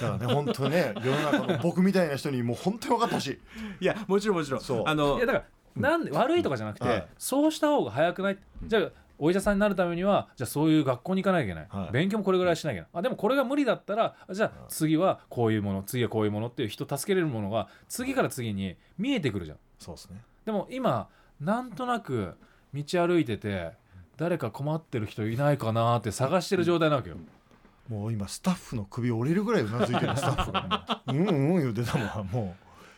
A: らね本当ね世の中の僕みたいな人にもう本当に分かってほしい
C: いやもちろんもちろん
A: そう
C: あの
B: いやだからなんで悪いとかじゃなくて、
A: はい
B: そうした方が早くないじゃあお医者さんになるためにはじゃあそういう学校に行かなきゃいけない、
A: はい
B: 勉強もこれぐらいしなきゃいけないあでもこれが無理だったらじゃあ次はこういうもの次はこういうものっていう人助けれるものが次から次に見えてくるじゃん
A: そうですね
B: でも今なんとなく道歩いてて誰か困ってる人いないかなって探してる状態なわけよ、
A: もう今スタッフの首折れるぐらいうなずいてるスタ ッフがもううんうん言うてたもんも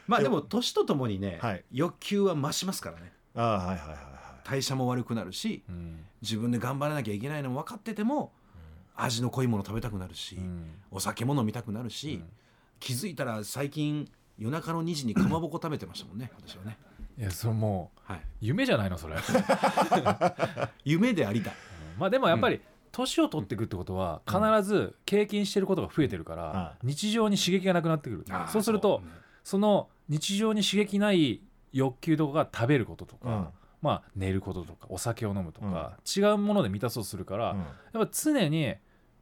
C: まあでも年とともにね、
A: はい
C: 欲求は増しますからね
A: うああはいはいはいは
C: 代謝も悪くなるし
B: うん
C: 自分で頑張らなきゃいけないのも分かってても、味の濃いもの食べたくなるし、
B: うん
C: お酒も飲みたくなるし、
B: うん
C: 気づいたら最近夜中の2時にかまぼこ食べてましたもんね私はね、
B: いやそれもう
C: はい、
B: 夢じゃないのそれ
C: 夢でありたい
B: まあでもやっぱり年を取っていくってことは必ず経験してることが増えてるか
A: は
B: ら日常に刺激がなくなってくる
C: あー
B: そうするとその日常に刺激ない欲求とかが食べることと
A: い、うん
B: かまあ寝ることとかお酒を飲むとか違うもので満たそうとするから
A: うん
B: やっぱ常に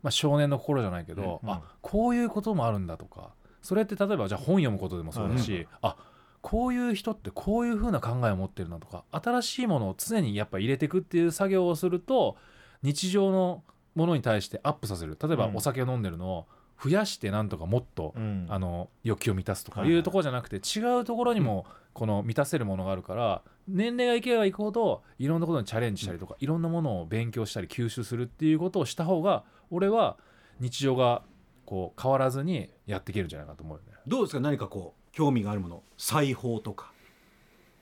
B: まあ少年の心じゃないけど
A: うん
B: あこういうこともあるんだとかそれって例えばじゃあ本読むことでもそうだしあこういう人ってこういうふうな考えを持ってるなとか新しいものを常にやっぱ入れていくっていう作業をすると日常のものに対してアップさせる例えば
A: うん
B: お酒を飲んでるのを増やしてなんとかもっと
A: うん
B: あの欲求を満たすとか
A: はい
B: い
A: はいう
B: ところじゃなくて違うところにもこの満たせるものがあるから年齢がいけばいくほどいろんなことにチャレンジしたりとかいろんなものを勉強したり吸収するっていうことをした方が俺は日常がこう変わらずにやっていけるんじゃないかと思うよね。
C: どうですか何かこう興味があるもの裁縫とか、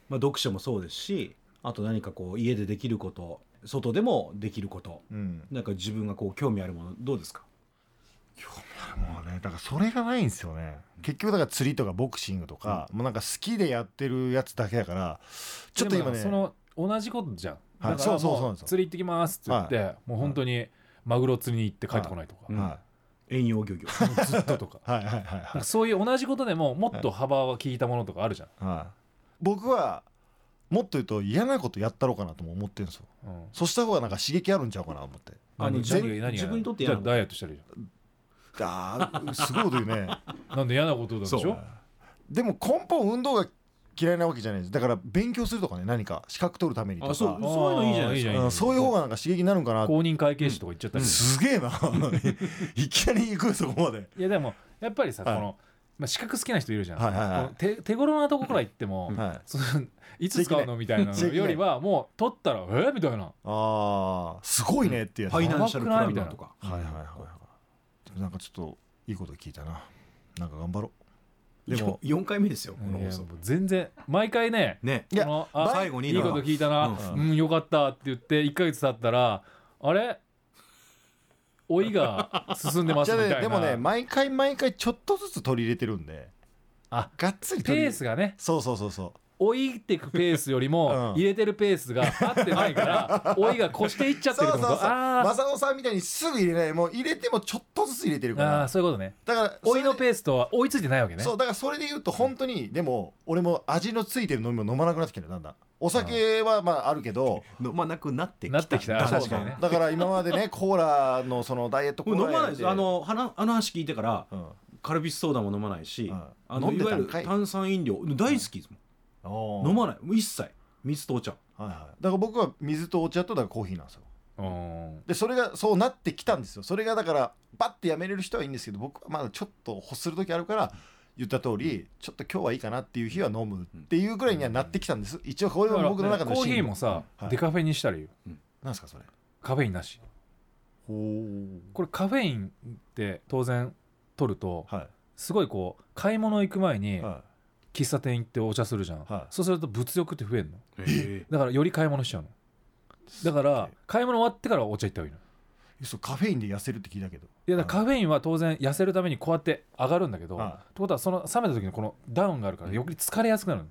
C: まあ、読書もそうですしあと何かこう家でできること外でもできること
A: うん
C: なんか自分がこう興味あるものどうですか
A: もうねだからそれがないんですよね結局だから釣りとかボクシングとか、もうなんか好きでやってるやつだけだからちょっと今ね
B: でもなんかその同じことじゃん。
A: はい
B: だから
A: そうそうそうな
B: も
A: ん
B: う
A: ですよ
B: 釣り行ってきますって言って、もう本当にマグロ釣りに行って帰ってこないとか、
C: うん
A: は
C: 遠洋漁業
B: もうずっととか。
A: い、はいはいはい
B: な
A: は
B: ん
A: い
B: かそういう同じことでももっと幅は利いたものとかあるじゃん。
A: はい僕はもっと言うと嫌なことやったろうかなとも思ってるんですよ
B: うん
A: そした方がなんか刺激あるんちゃうかなと思って
C: あの
B: 自分
C: 自分
B: 何が
C: 自分にとっ
B: じ
C: て嫌
B: ゃ
C: な
B: あ
C: の
B: ダイエットしたらいいじ
A: あーすごいこと言うね
B: ゃん。なんで嫌なことなんでし
C: そ
B: ょ
C: う
A: でも根本運動が嫌いなわけじゃないですだから勉強するとかね何か資格取るためにとか
C: あそうそういうのいいじゃないですか
B: あー
A: うんそういう方がなんか刺激になるんかな
B: 公認会計士とか言っちゃったり、
A: すげえな いきなり行くそこまで
B: いやでもやっぱりさ、
A: はい
B: この、まあ、資格好きな人いるじゃん、
A: はいはいはい
B: この手手頃なとこから行っても、
A: はいあ
B: そのいつ使うのみたいなのよりはもう取ったらえみたいな
A: あーすごいねっていうやつ
C: ファイナンシャルプランナーとか
A: はいはいはいはいでもなんかちょっといいこと聞いたななんか頑張ろうでも
C: 4回目ですよこの
B: い
C: 放
B: や
C: 送
B: もう全然毎回ね
C: ね
A: いや
B: このあ
C: 最後に
B: いいこと聞いたな、
A: う
B: うんんよかったって言って1か月経ったらあれ 老いが進んで ま
A: じ
B: す
A: ゃあ
B: みた
A: ね
B: いな
A: でもね毎回毎回ちょっとずつ取り入れてるんで
B: あ
A: がっつり
B: ペ
A: 取り入
B: ー
A: れ
B: スがね
A: そうそうそうそう
B: 老いていくペースより
A: うん
B: も入れてるペースが合ってな いから老いが越していっちゃって
A: そ
B: る
A: う
B: っ
A: そ
B: て
A: う
B: こと
A: そう
B: あー
A: 正雄さんみたいにすぐ入れないもう入れてもちょっとずつ入れてるか
B: あー
A: ら
B: そういうことね
A: だから
B: 老いの
A: ー
B: ペースとは追いついてないわけね
A: そうだからそれで言うと本当にでも俺も味のついてる飲み物飲まなくなってきてるだんだんお酒はまああるけど
C: 飲まなくなってきた
B: なってきた
C: だ
B: 確かにね
A: だから今まで ねコーラのそのダイエットコー
C: も
A: ラ
C: う飲まないですあ
A: やって
C: の話あの話聞いてから
A: うん
C: カルピスソーダも飲まないし、
A: うん
C: あの
A: 飲ん
C: い
A: でた
C: わゆ
A: ん
C: る
A: かい
C: 炭酸飲料大好きですもん、
A: おー
C: 飲まないもう一切水とお茶
A: はいはいだから僕は水とお茶とだからコーヒーなんですよ
B: うん
A: でそれがそうなってきたんですよそれがだからバッてやめれる人はいいんですけど僕はまだちょっと欲する時あるから言った通りちょっと今日はいいかなっていう日は飲むっていうぐらいにはなってきたんです一応これ
B: だか
A: は
B: ら
A: 僕の中の
B: コーヒ
A: 進
B: ー
A: 歩
B: もさ、
A: はい
B: デカフェにしたらいいよ
A: なんですかそれ
B: カフェインなし
A: ほう
B: これカフェインって当然取ると
A: は
B: すごいこう買い物行く前
A: い
B: に
A: は
B: 喫茶店行ってお茶するじゃ
A: は
B: ん、
A: い
B: そうすると物欲って増えるの
C: え
B: だからより買い物しちゃうのだから買い物終わってからお茶行った方がいいの
A: いそうカフェインで痩せるって聞いたけど
B: いやだからカフェインは当然痩せるためにこうやって上がるんだけど、
A: は
B: ってことはその冷めた時のこのダウンがあるからより疲れやすくなるの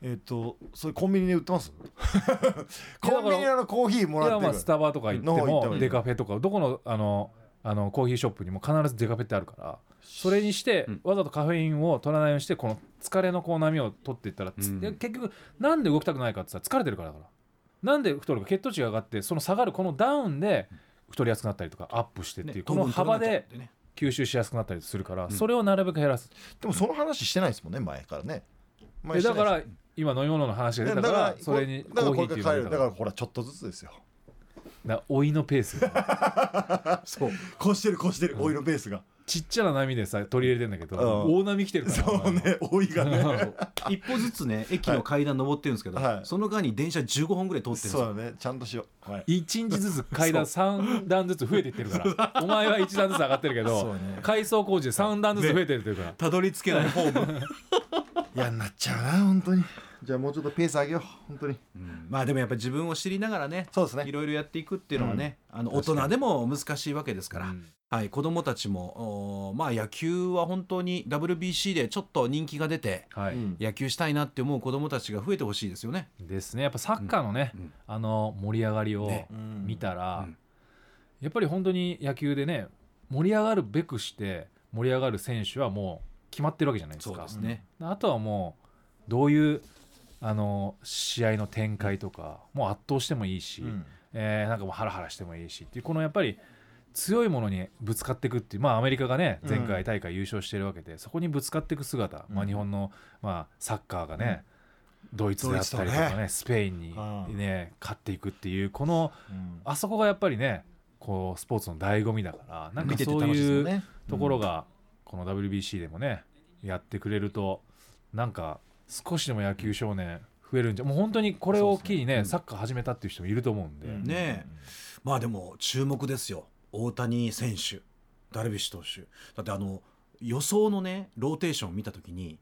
A: えっとそれコンビニで売ってます
B: いや
A: コ
B: だ
A: ン
B: か
A: ビ
B: ら
A: ニのコーヒーも
B: い
A: ら
B: や
A: って
B: ま
A: る
B: あスタバとか行って
A: の方行った方が
B: も
A: いい
B: デカフェとかどこのあのあのコーヒーショップにも必ずデカフェってあるからそれにして
C: うん
B: わざとカフェインを取らないようにしてこの疲れのこう波を取っていったらつ
C: うん
B: で結局なんで動きたくないかって言ったら疲れてるからだからなんで太るか血糖値が上がってその下がるこのダウンで太りやすくなったりとかアップしてっていうこの幅で吸収しやすくなったりするから
C: ん
B: それをなるべく減らす
A: でもその話してないですもんね前からね前
B: え
A: して
B: だ
A: ない
B: か
A: です
B: ら今飲み物の話が出たからそれにコ
A: だから
B: ーヒ
A: こ
B: ーっ
A: れ
B: ていう
A: が変えるだ
B: のが出た
A: か
B: から
A: ほらちょっとずつですよ
B: ら老いのペース が
C: そう
A: こうしてるこうしてる老いのベースが
B: ちっちゃな波でさ取り入れてんだけど
A: うん
B: 大波来てるから
A: そうね老いがね
C: そう一歩ずつね駅の階段登ってるんですけど、
A: はい
C: その間に電車15本ぐらい通ってるんです
A: そう
C: よ
A: だねちゃんとしようはい
B: 1日ずつ階段3段ずつ増えていってるからお前は1段ずつ上がってるけ
A: そう
B: ど
A: ね
B: 改装工事で3段ずつ増えてるってるから
C: たどり着けないホーム
A: 嫌になっちゃうな本当にじゃあもうちょっとペース上げよう本当に
C: うんまあでもやっぱ自分を知りながらね
A: そうです
C: い
A: ね
C: ろいろやっていくっていうのはね、あの大人でも難しいわけですから、
B: うん
C: はい、子供たちもおーまあ野球は本当に WBC でちょっと人気が出て
B: はい
A: うん
C: 野球したいなって思う子供たちが増えてほしいですよね。
B: ですねやっぱサッカーのね
C: うんうん
B: あの盛り上がりを
C: ね
B: 見たら
C: うん
B: やっぱり本当に野球でね盛り上がるべくして盛り上がる選手はもう決まってるわけじゃないです
C: そう
B: か
C: ですね、
B: あとはもうどういうあの試合の展開とかもう圧倒してもいいし、
A: うん
B: えーなんかもうハラハラしてもいいしっていうこのやっぱり強いものにぶつかっていくっていうまあアメリカがね前回大会優勝してるわけで、そこにぶつかっていく姿、ま
A: う
B: あ、
A: ん
B: 日本の、まあ、サッカーがね、ドイツであったりと
A: ドイ
B: か
A: ツと
B: ねスペインに
A: うん
B: ね勝っていくっていうこの
A: うん
B: あそこがやっぱりねこうスポーツの醍醐味だからなん
A: 見
B: か
A: てて
B: そう
A: 楽しいです
B: い
A: よ
B: う
A: ね
B: ところがこの WBC でもねやってくれるとなんか少しでも野球少年増えるんじゃもう本当にこれを機にねサッカー始めたっていう人もいると思うんで、
A: うん
C: ねえまあでも注目ですよ大谷選手ダルビッシュ投手だってあの予想のねローテーションを見た時に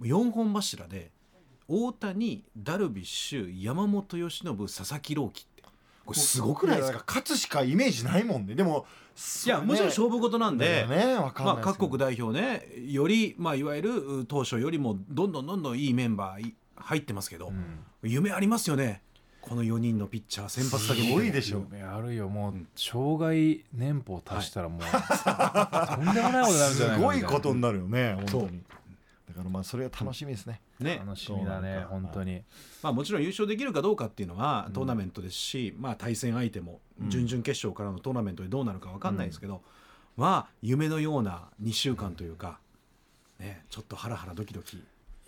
C: 4本柱で大谷ダルビッシュ山本由伸佐々木朗希ってこれすごくないですか
A: や勝つしかイメージないもんねでも
C: いやもちろん勝負事なんで、
A: だよねわかんな
C: ま
A: い
C: あ、
A: ですけど
C: 各国代表ねより、まあ、いわゆるう当初よりもどんどんどんどんいいメンバーい入ってますけど、
B: うん
C: 夢ありますよねこの4人のピッチャー先発だけ見て
A: す
C: も
A: ごいでしょ
B: いやあるよもう
C: うん
B: 障害年俸足したら もう、とんでもないことになるんじゃ
A: す
B: ないか
A: ごい
B: みた
A: ことになるよね本
C: そう
A: 当にだからまあそれは楽しみですね
C: ね
B: 楽しみだ
A: そうな
B: ね
A: んだ
B: 本当に
C: まあ、もちろん優勝できるかどうかっていうのは
B: うん
C: トーナメントですし、まあ、対戦相手も
A: うん
C: 準々決勝からのトーナメントでどうなるか分かんないですけど、まあ夢のような2週間というか、ね、ちょっとハラハラドキドキ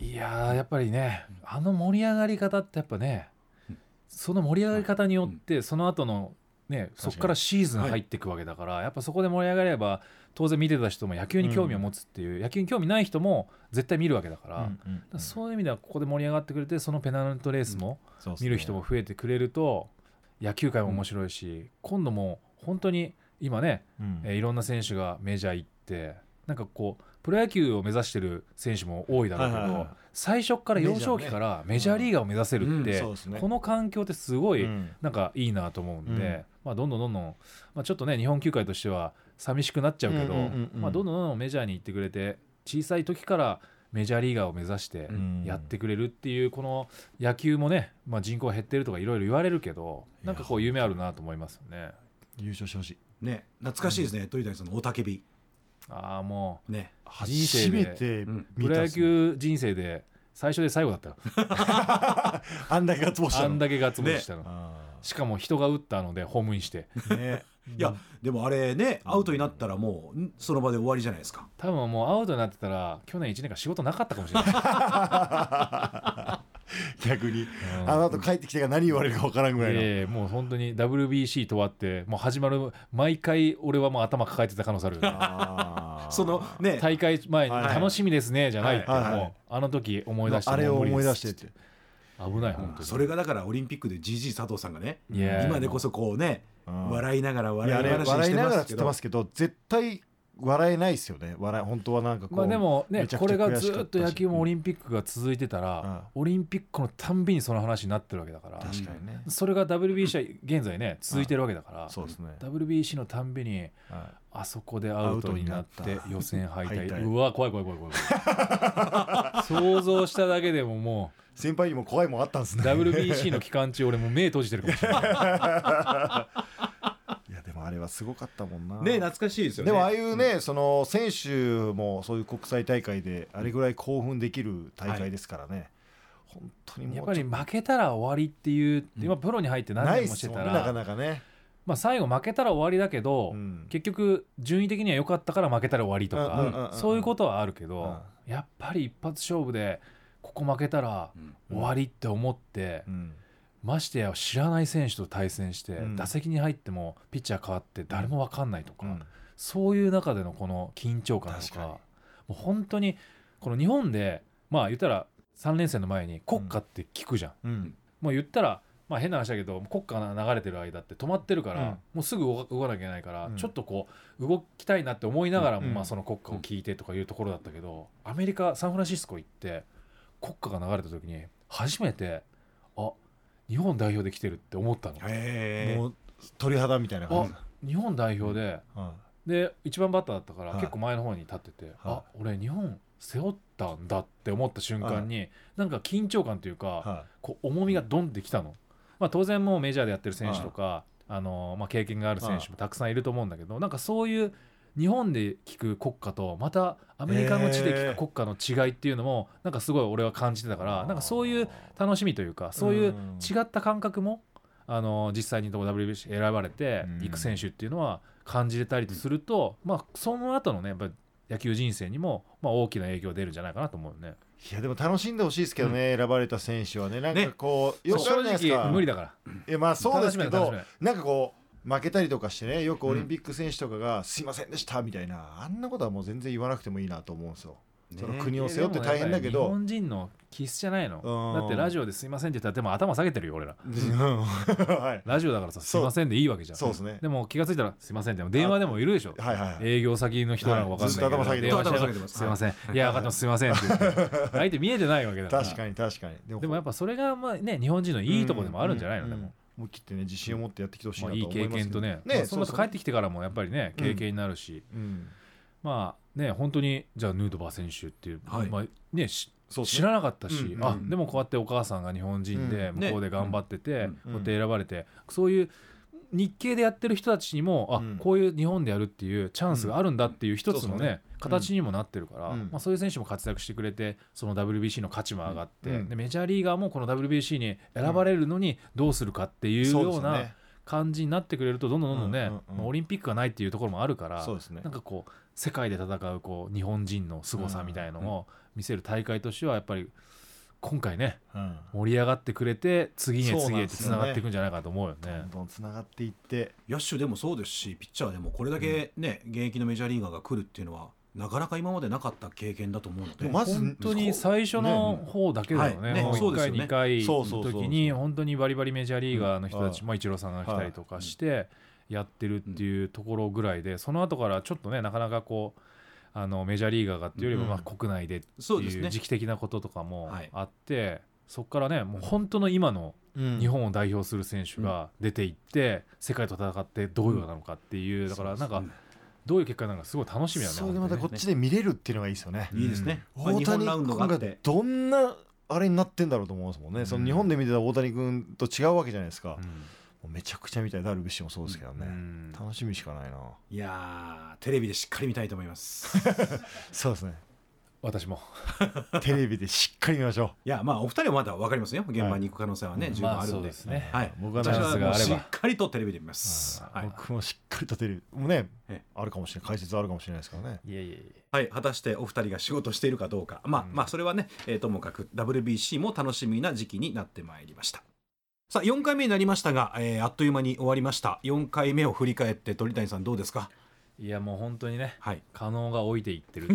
B: いやーやっぱりねあの盛り上がり方ってやっぱね
C: うん
B: その盛り上がり方によってその後のね
A: 確か
B: そ
A: に
B: こからシーズン入っていくわけだからやっぱそこで盛り上がれば当然見てた人も野球に興味を持つっていう野球に興味ない人も絶対見るわけだからだか
A: うんうん
B: らそういう意味ではここで盛り上がってくれてそのペナルトレースも
A: そうっすね
B: 見る人も増えてくれると野球界も面白いし今度も本当に今ね
A: うん
B: えーいろんな選手がメジャー行ってなんかこうプロ野球を目指してる選手も多いだろうけど、
A: はいはいはい
B: 最初から幼少期からメジャーリーガーを目指せるっ
C: うん
B: て、
A: そうですね
B: この環境ってすごい、
A: うん
B: なんかいいなと思う
A: う
B: んで、
A: ん
B: まあ、どんどんどんどん、まあ、ちょっとね日本球界としては寂しくなっちゃうけど、
A: うんうんうんうん
B: まあ、どんどんどんどんメジャーに行ってくれて小さい時からメジャーリーガーを目指して
A: うん
B: やってくれるっていうこの野球もね、まあ、人口が減ってるとかいろいろ言われるけどなんかこう夢あるなと思いますよね。
A: 優勝してほしい
C: ね懐かしいですね、鳥谷さんの雄たけび
B: ああもう
C: ね
B: 人生
A: 初
B: で
A: めて
C: うん
B: プ
A: 見
B: ロ
A: たっ
B: 野
A: すね
B: 球人生で最初で最後だ ったよ
A: あんだけガッツポし
B: あ
A: た
B: ん
A: の
B: だけガッツポーズしたの、
A: あ
B: しかも人が打ったのでホームインして
A: ーね
C: いやでもあれねアウトになったらもうんその場で終わりじゃないですか
B: 多分もうアウトになってたら去年1年間仕事なかったかもし れない、
A: 逆に
B: うん
A: あの後帰ってきてから何言われるか分からんぐらいの
B: ええもう本当に WBC と終わってもう始まる毎回俺はもう頭抱えてた可能性ある よ
A: あー
C: そのね
B: 大会前に
A: はい
B: 楽しみですねじゃないっても
A: はいはいはいう
B: あの時思い出して
A: あれを
B: もう無
A: 思い
B: 理で
A: 出
B: す
A: してって
B: 危ない本当に
C: それがだからオリンピックで GG 佐藤さんがね
B: いやー
C: 今でこそこうね
A: うん
C: 笑いながら
A: いや
C: 笑
A: あ
C: い
A: れ
C: 話
A: 笑
C: し
A: い
C: て
A: ながら
C: ま
A: っ
C: す
A: つ
C: け
A: って
C: ど
A: ますけど絶対笑えないですよね笑い本当はなんかこう
B: まあでもね
A: めちゃ
B: こ
A: くちゃ
B: れが
A: 悔し
B: ず
A: かったし
B: っと野球もオリンピックが続いてたら、オリンピックのたんびにその話になってるわけだから
A: 確かにね
B: それが WBC は現在ね続いてるわけだから、
A: そうですね
B: WBC のたんびに
A: は
B: あそこでアウトになって
A: アウトになった
B: 予選敗退
A: 敗退
B: うわ怖い怖い怖い怖い怖い想像しただけでもも
A: い先輩にも怖いもんあったんです
B: う
A: ね
B: WBC の期間中俺もう目閉じてるかもしれ ない
A: いやでもあれはすごかったもんな
C: ね懐かしいですよね
A: でもああいうね、その選手もそういう国際大会であれぐらい興奮できる大会ですからね、本当にもう
B: やっぱり負けたら終わりっていう今プロに入って何
A: ない
B: 年
A: っ
B: もし
A: す
B: て
A: もん
B: た、
A: ねなからなかね、
B: まあ、最後負けたら終わりだけど、
A: うん
B: 結局順位的には良かったから負けたら終わりと
A: うんうんうん
B: か
A: うん
B: そういうことはあるけどやっぱり一発勝負でここ負けたら
C: うん
B: 終わりって思って
A: うん
B: ましてや知らない選手と対戦して
A: うん
B: 打席に入ってもピッチャー変わって誰も分かんないと
A: う
B: か
A: ん
B: そういう中でのこの緊張感と
A: 確
B: か
A: かに
B: もう本当にこの日本でまあ言ったら3連戦の前に国歌って聞くじゃん。
A: うん
B: もう言ったら、まあ、変な話だけど国歌が流れてる間って止まってるから、
A: うん
B: もうすぐ動か動かなきゃいけないから、
A: うん
B: ちょっとこう動きたいなって思いながらも、
A: うん
B: まあ、その国歌を聞いてとかいうところだったけど、アメリカサンフランシスコ行って国歌が流れた時に初めてあ日本代表で来てるって思ったの。
C: へ
A: もう鳥肌みたいな感じ、
B: 日本代表で
A: うん
B: で1番バッターだったから
A: はい
B: 結構前の方に立ってて、あ俺日本背負ったんだって思った瞬間に、なんか緊張感というか、
A: は
B: こう重みがドンってきたの、まあ、当然もうメジャーでやってる選手とか、あのまあ、経験がある選手もたくさんいると思うんだけど、なんかそういう日本で聞く国歌とまたアメリカの地で聞く国歌の違いっていうのもなんかすごい俺は感じてたから
A: あー
B: なんかそういう楽しみというかそういう
A: うん
B: 違った感覚もあの実際に WBC 選ばれて
A: うん
B: いく選手っていうのは感じれたりすると、まあ、その後のねやっぱり野球人生にも、まあ、大きな影響出るんじゃないかなと思うよね。
A: いやでも楽しんでほしいですけどね、選ばれた選手はねなん
C: ね
A: かこう、よくあるじゃないです
B: 正
A: か
B: 直無理だから
A: えまあそうですけ
B: 楽し
A: ど
B: めない楽し
A: なんかこう負けたりとかしてねよくオリンピック選手とかが、すいませんでしたみたいなあんなことはもう全然言わなくてもいいなと思うんですよ、
C: え
A: その国を背負って大変だけ
B: 日
A: ど
B: 本人の気質じゃないの
A: うん
B: だってラジオですいませんって言ったらでも頭下げてるよ俺ら
A: うん はい
B: ラジオだからさす
A: そう
B: いませんでいいわけじゃん
A: そうですね
B: でも気がついたらすいませんって電話でもいるでしょ
A: はいはいはい
B: 営業先の人なのか分かんないけど、
A: はいずっと頭下げて
B: 電話しなが
C: 頭下
B: ら
C: げてます
B: すいませんいや分かってますすいませんって言って相手見えてないわけだか ら
A: 確かに確かにでも
B: でもやっぱそれがまあね日本人のいいとこでもあるんじゃないの、
A: う
B: でも
A: 思い切ってね自信を持ってやってきてほしい
B: ま
A: なと
B: あ、い
A: 思
B: い
A: い
B: 経
A: ます
B: 験
A: けど
B: とねま
A: ね
B: あその後
A: そう
B: 帰
A: そう
B: ってきてからもやっぱりね
A: うん
B: 経験になるし、
A: うん
B: まあね本当にじゃあヌートバー選手っていう、
C: はい
B: まあねし
A: そうですね
B: 知らなかったし、
A: うんうん
B: あでもこうやってお母さんが日本人で
A: うん
C: ね
B: 向こうで頑張ってて、
C: うん
B: こうやって選ばれて、そういう日系でやってる人たちにもあ、
A: うん
B: こういう日本でやるっていうチャンスがあるんだっていう一つ
A: そ
B: の
A: う
B: ね,、
A: そうね
B: 形にもなってるから、
A: うん
B: まあ、そういう選手も活躍してくれてその WBC の価値も上がって、
A: うん
B: でメジャーリーガーもこの WBC に選ばれるのにどうするかっていう
A: そう
B: よ
A: で
B: う
A: す
B: な、
A: ね
B: 感じになってくれるとどんどんどんどんね、
A: うんうんうん
B: まあオリンピックがないっていうところもあるから
A: そうですね
B: なんかこう世界で戦うこう日本人の凄さみたいのを見せる大会としてはやっぱり今回ね
A: うん
B: 盛り上がってくれて次へ
A: そう
B: 次
A: なん
B: へ
A: ですよね
B: つながっていくんじゃないかと思うよ
A: ど
B: ね
A: ん。どんつながっていって
C: 野手でもそうですしピッチャーでもこれだけね、現役のメジャーリーガーが来るっていうのはなかなか今までなかった経験だと思うの
A: で
C: で
A: もまず
B: 本当に最初の方だけだよね、
A: ね
B: もう
A: そ
B: 1
A: う
C: です
B: 回、
C: よね
B: 2回
A: そうそうそう
B: の時に本当にバリバリメジャーリーガーの人たち、
A: うん
B: まあ、イチローさんが来たりとかしてやってるっていうところぐらいで、その後からちょっとね、なかなかこう、あのメジャーリーガーがっていうよりも、
A: うん
B: まあ、国内でって
C: そうです
B: いう
C: ね
B: 時期的なこととかも
C: はい
B: あって、そこからね、もう本当の今の日
A: 日
B: 本を代表する選手が出ていって、世界と戦ってどういうのなのかっていう、だからなんか、どういう結果になるのか、すごい楽しみだね。
A: それでま
B: 本当
A: た
B: ね
A: こっちで見れるっていうのがいいですよね
C: いいですね、まあ
A: 大
C: 日本
A: 谷
C: ラウンド
A: 君
C: があっ
A: が
C: て
A: どんなあれになってんだろうと思いますもんね、その日本で見てた大谷君と違うわけじゃないですか、もうめちゃくちゃみたいダルビッシュもそうですけど
B: うん
A: ね、
B: うん
A: 楽しみしかないない
C: やーテレビでしっかり見たいと思います
A: そうですね
B: 私も
A: テレビでしっかり見ましょ
C: いやまあお二人はまだ分かりますよ現場に行く可能性はね、十分あるんで,、
B: すね
C: はい
A: 僕は
C: 私
A: チャン
C: は
A: ス
C: も
B: が
C: う
B: あれ
C: し
B: ば
C: っかりとテレビで見ます、
A: う、
C: はい
A: 僕もしっかりとテレビもうね
C: ええ
A: あるかもしれない解説あるかもしれないですからね
B: いやいやい
C: はい、果たしてお二人が仕事しているかどうか、まあ、まあそれはね、えーともかく WBC も楽しみな時期になってまいりましたさあ4回目になりましたが、えーあっという間に終わりました4回目を振り返って鳥谷さんどうですか
B: やいやもう本当にね
C: はい
B: 可能が老いていって る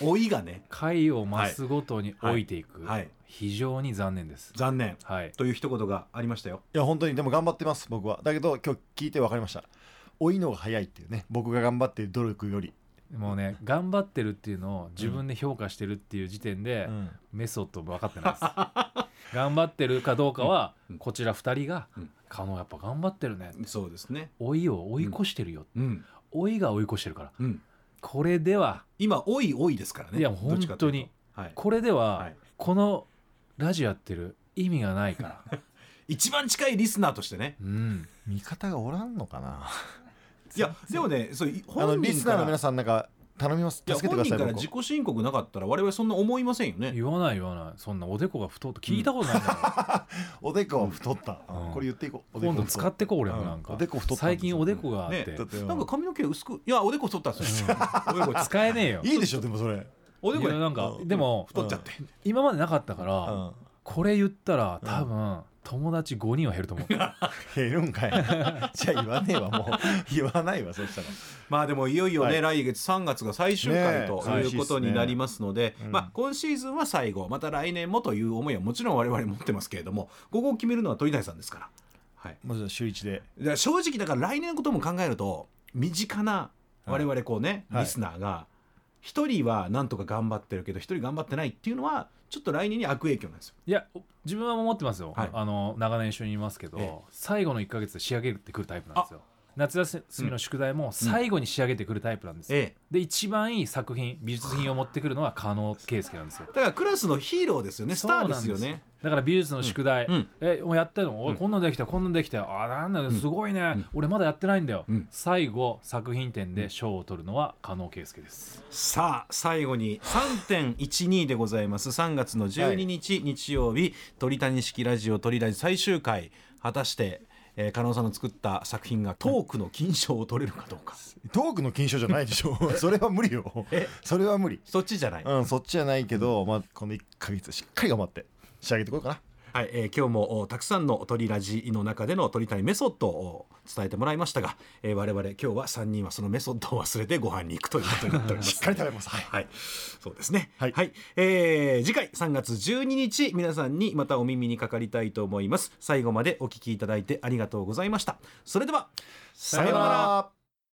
C: 老いがね
B: 回を増すごとに
C: はい
B: 老いていく、
C: はい
B: 非常に残念です
C: 残念
B: はい
C: という一言がありましたよ
A: いや本当にでも頑張ってます僕はだけど今日聞いて分かりました追いのが早いっていうね僕が頑張ってる努力より、
B: もうね頑張ってるっていうのを自分で評価してるっていう時点で、
A: うん
B: メソッド分かってないです 頑張ってるかどうかは、
C: うん
B: こちら2人が
C: うん
B: 「可能やっぱ頑張ってるね
C: そうですね
B: 老いを追い越してるよ、
C: うん
B: 老いが追い越してるから
C: うん
B: これでは
C: 今老い老いですからね
B: いや
C: どっちかというと
B: 本
C: はい、
B: これでは、
C: はい
B: このラジオやってる意味がないから
C: 一番近いリスナーとしてね
B: うん
A: 味方がおらんのかない
C: やでもねそう
A: あの
C: 本
A: リ
C: 人
A: ス
C: か
A: ナー
C: ら
A: の皆さんなんか頼みます
C: いや
A: 助けてくだ
C: 本
A: さ
C: 人
A: い
C: から
A: 僕
C: 自己申告なかったら我々そんな思いませんよね
B: 言わない言わないそんなおでこが太って聞いたことないんだか
A: おでこは太った、
B: うん
A: これ言っていこう
B: ら 今度使ってこう俺も
A: うん
B: なんか
A: おでこ太ったんで
B: 最
A: す
B: 近
A: よ
B: おでこがあっ
C: ね
B: て、
A: だって
C: なんか髪の毛薄くいやおでこ剃ったんですよ、おでこ
B: 使えねえよ
A: いいでしょでもそれ
C: おで
B: い
C: こ
B: や
C: ね
B: なんか
A: うん
B: でも
C: 太っちゃって、
B: 今までなかったから、
A: うん
B: これ言ったら多分友達5人は減ると思う
A: 減るんかい じゃあ言わねえわもう 言わないわそしたら
C: まあでもいよいよね、
A: はい
C: 来月3月が最終回
A: ねえ
C: と
A: はい
C: いうことになりますので、
A: うん
C: まあ今シーズンは最後また来年もという思いはもちろん我々持ってますけれどもここを決めるのは鳥谷さんですから,、はい、
A: まずは週一で
C: だから正直だから来年のことも考えると身近な我々こうね、
A: はい
C: リスナーが一人はなんとか頑張ってるけど一人頑張ってないっていうのはちょっと来年に悪影響なんですよ。
B: いや自分は思ってますよ、
C: はい
B: あの長年一緒にいますけ
C: ええ
B: ど最後の1か月で仕上げてくるタイプなんですよ夏休みの宿題も最後に仕上げてくるタイプなんですよ、
C: ええ
B: で一番いい作品美術品を持ってくるのは加納圭介なんですよ
C: だからクラスのヒーローですよ ねスターですよ
B: そうなん
C: ね。
B: だから美術の宿題、
C: うんうん
B: えもうやってるの、おい
C: うん
B: こんなんできたよこんなんできたよあなんだよすごいね、
C: うん
B: 俺まだやってないんだよ、
C: うん
B: 最後作品展で賞を取るのは加納圭介です
C: さあ最後に3.12でございます3月の12日、日曜日鳥谷式ラジオ鳥谷最終回果たして、えー、加納さんの作った作品がトークの金賞を取れるかどうか、
A: トークの禁書じゃないでしょ それは無理よそれは無理
C: そっちじゃない、
A: うんそっちじゃないけど、まあ、この1か月しっかり頑張って仕上げてこようかな
C: はい、えー今日もおたくさんの鳥ラジの中での鳥谷メソッドを伝えてもらいましたが、えー我々今日は3人はそのメソッドを忘れてご飯に行くということになっております。
A: しっかり食べますはい
C: はい、そうですね。は、
A: はいい
C: えー次回3月12日皆さんにまたお耳にかかりたいと思います。最後までお聞きいただいてありがとうございました。それでは、
A: さようなら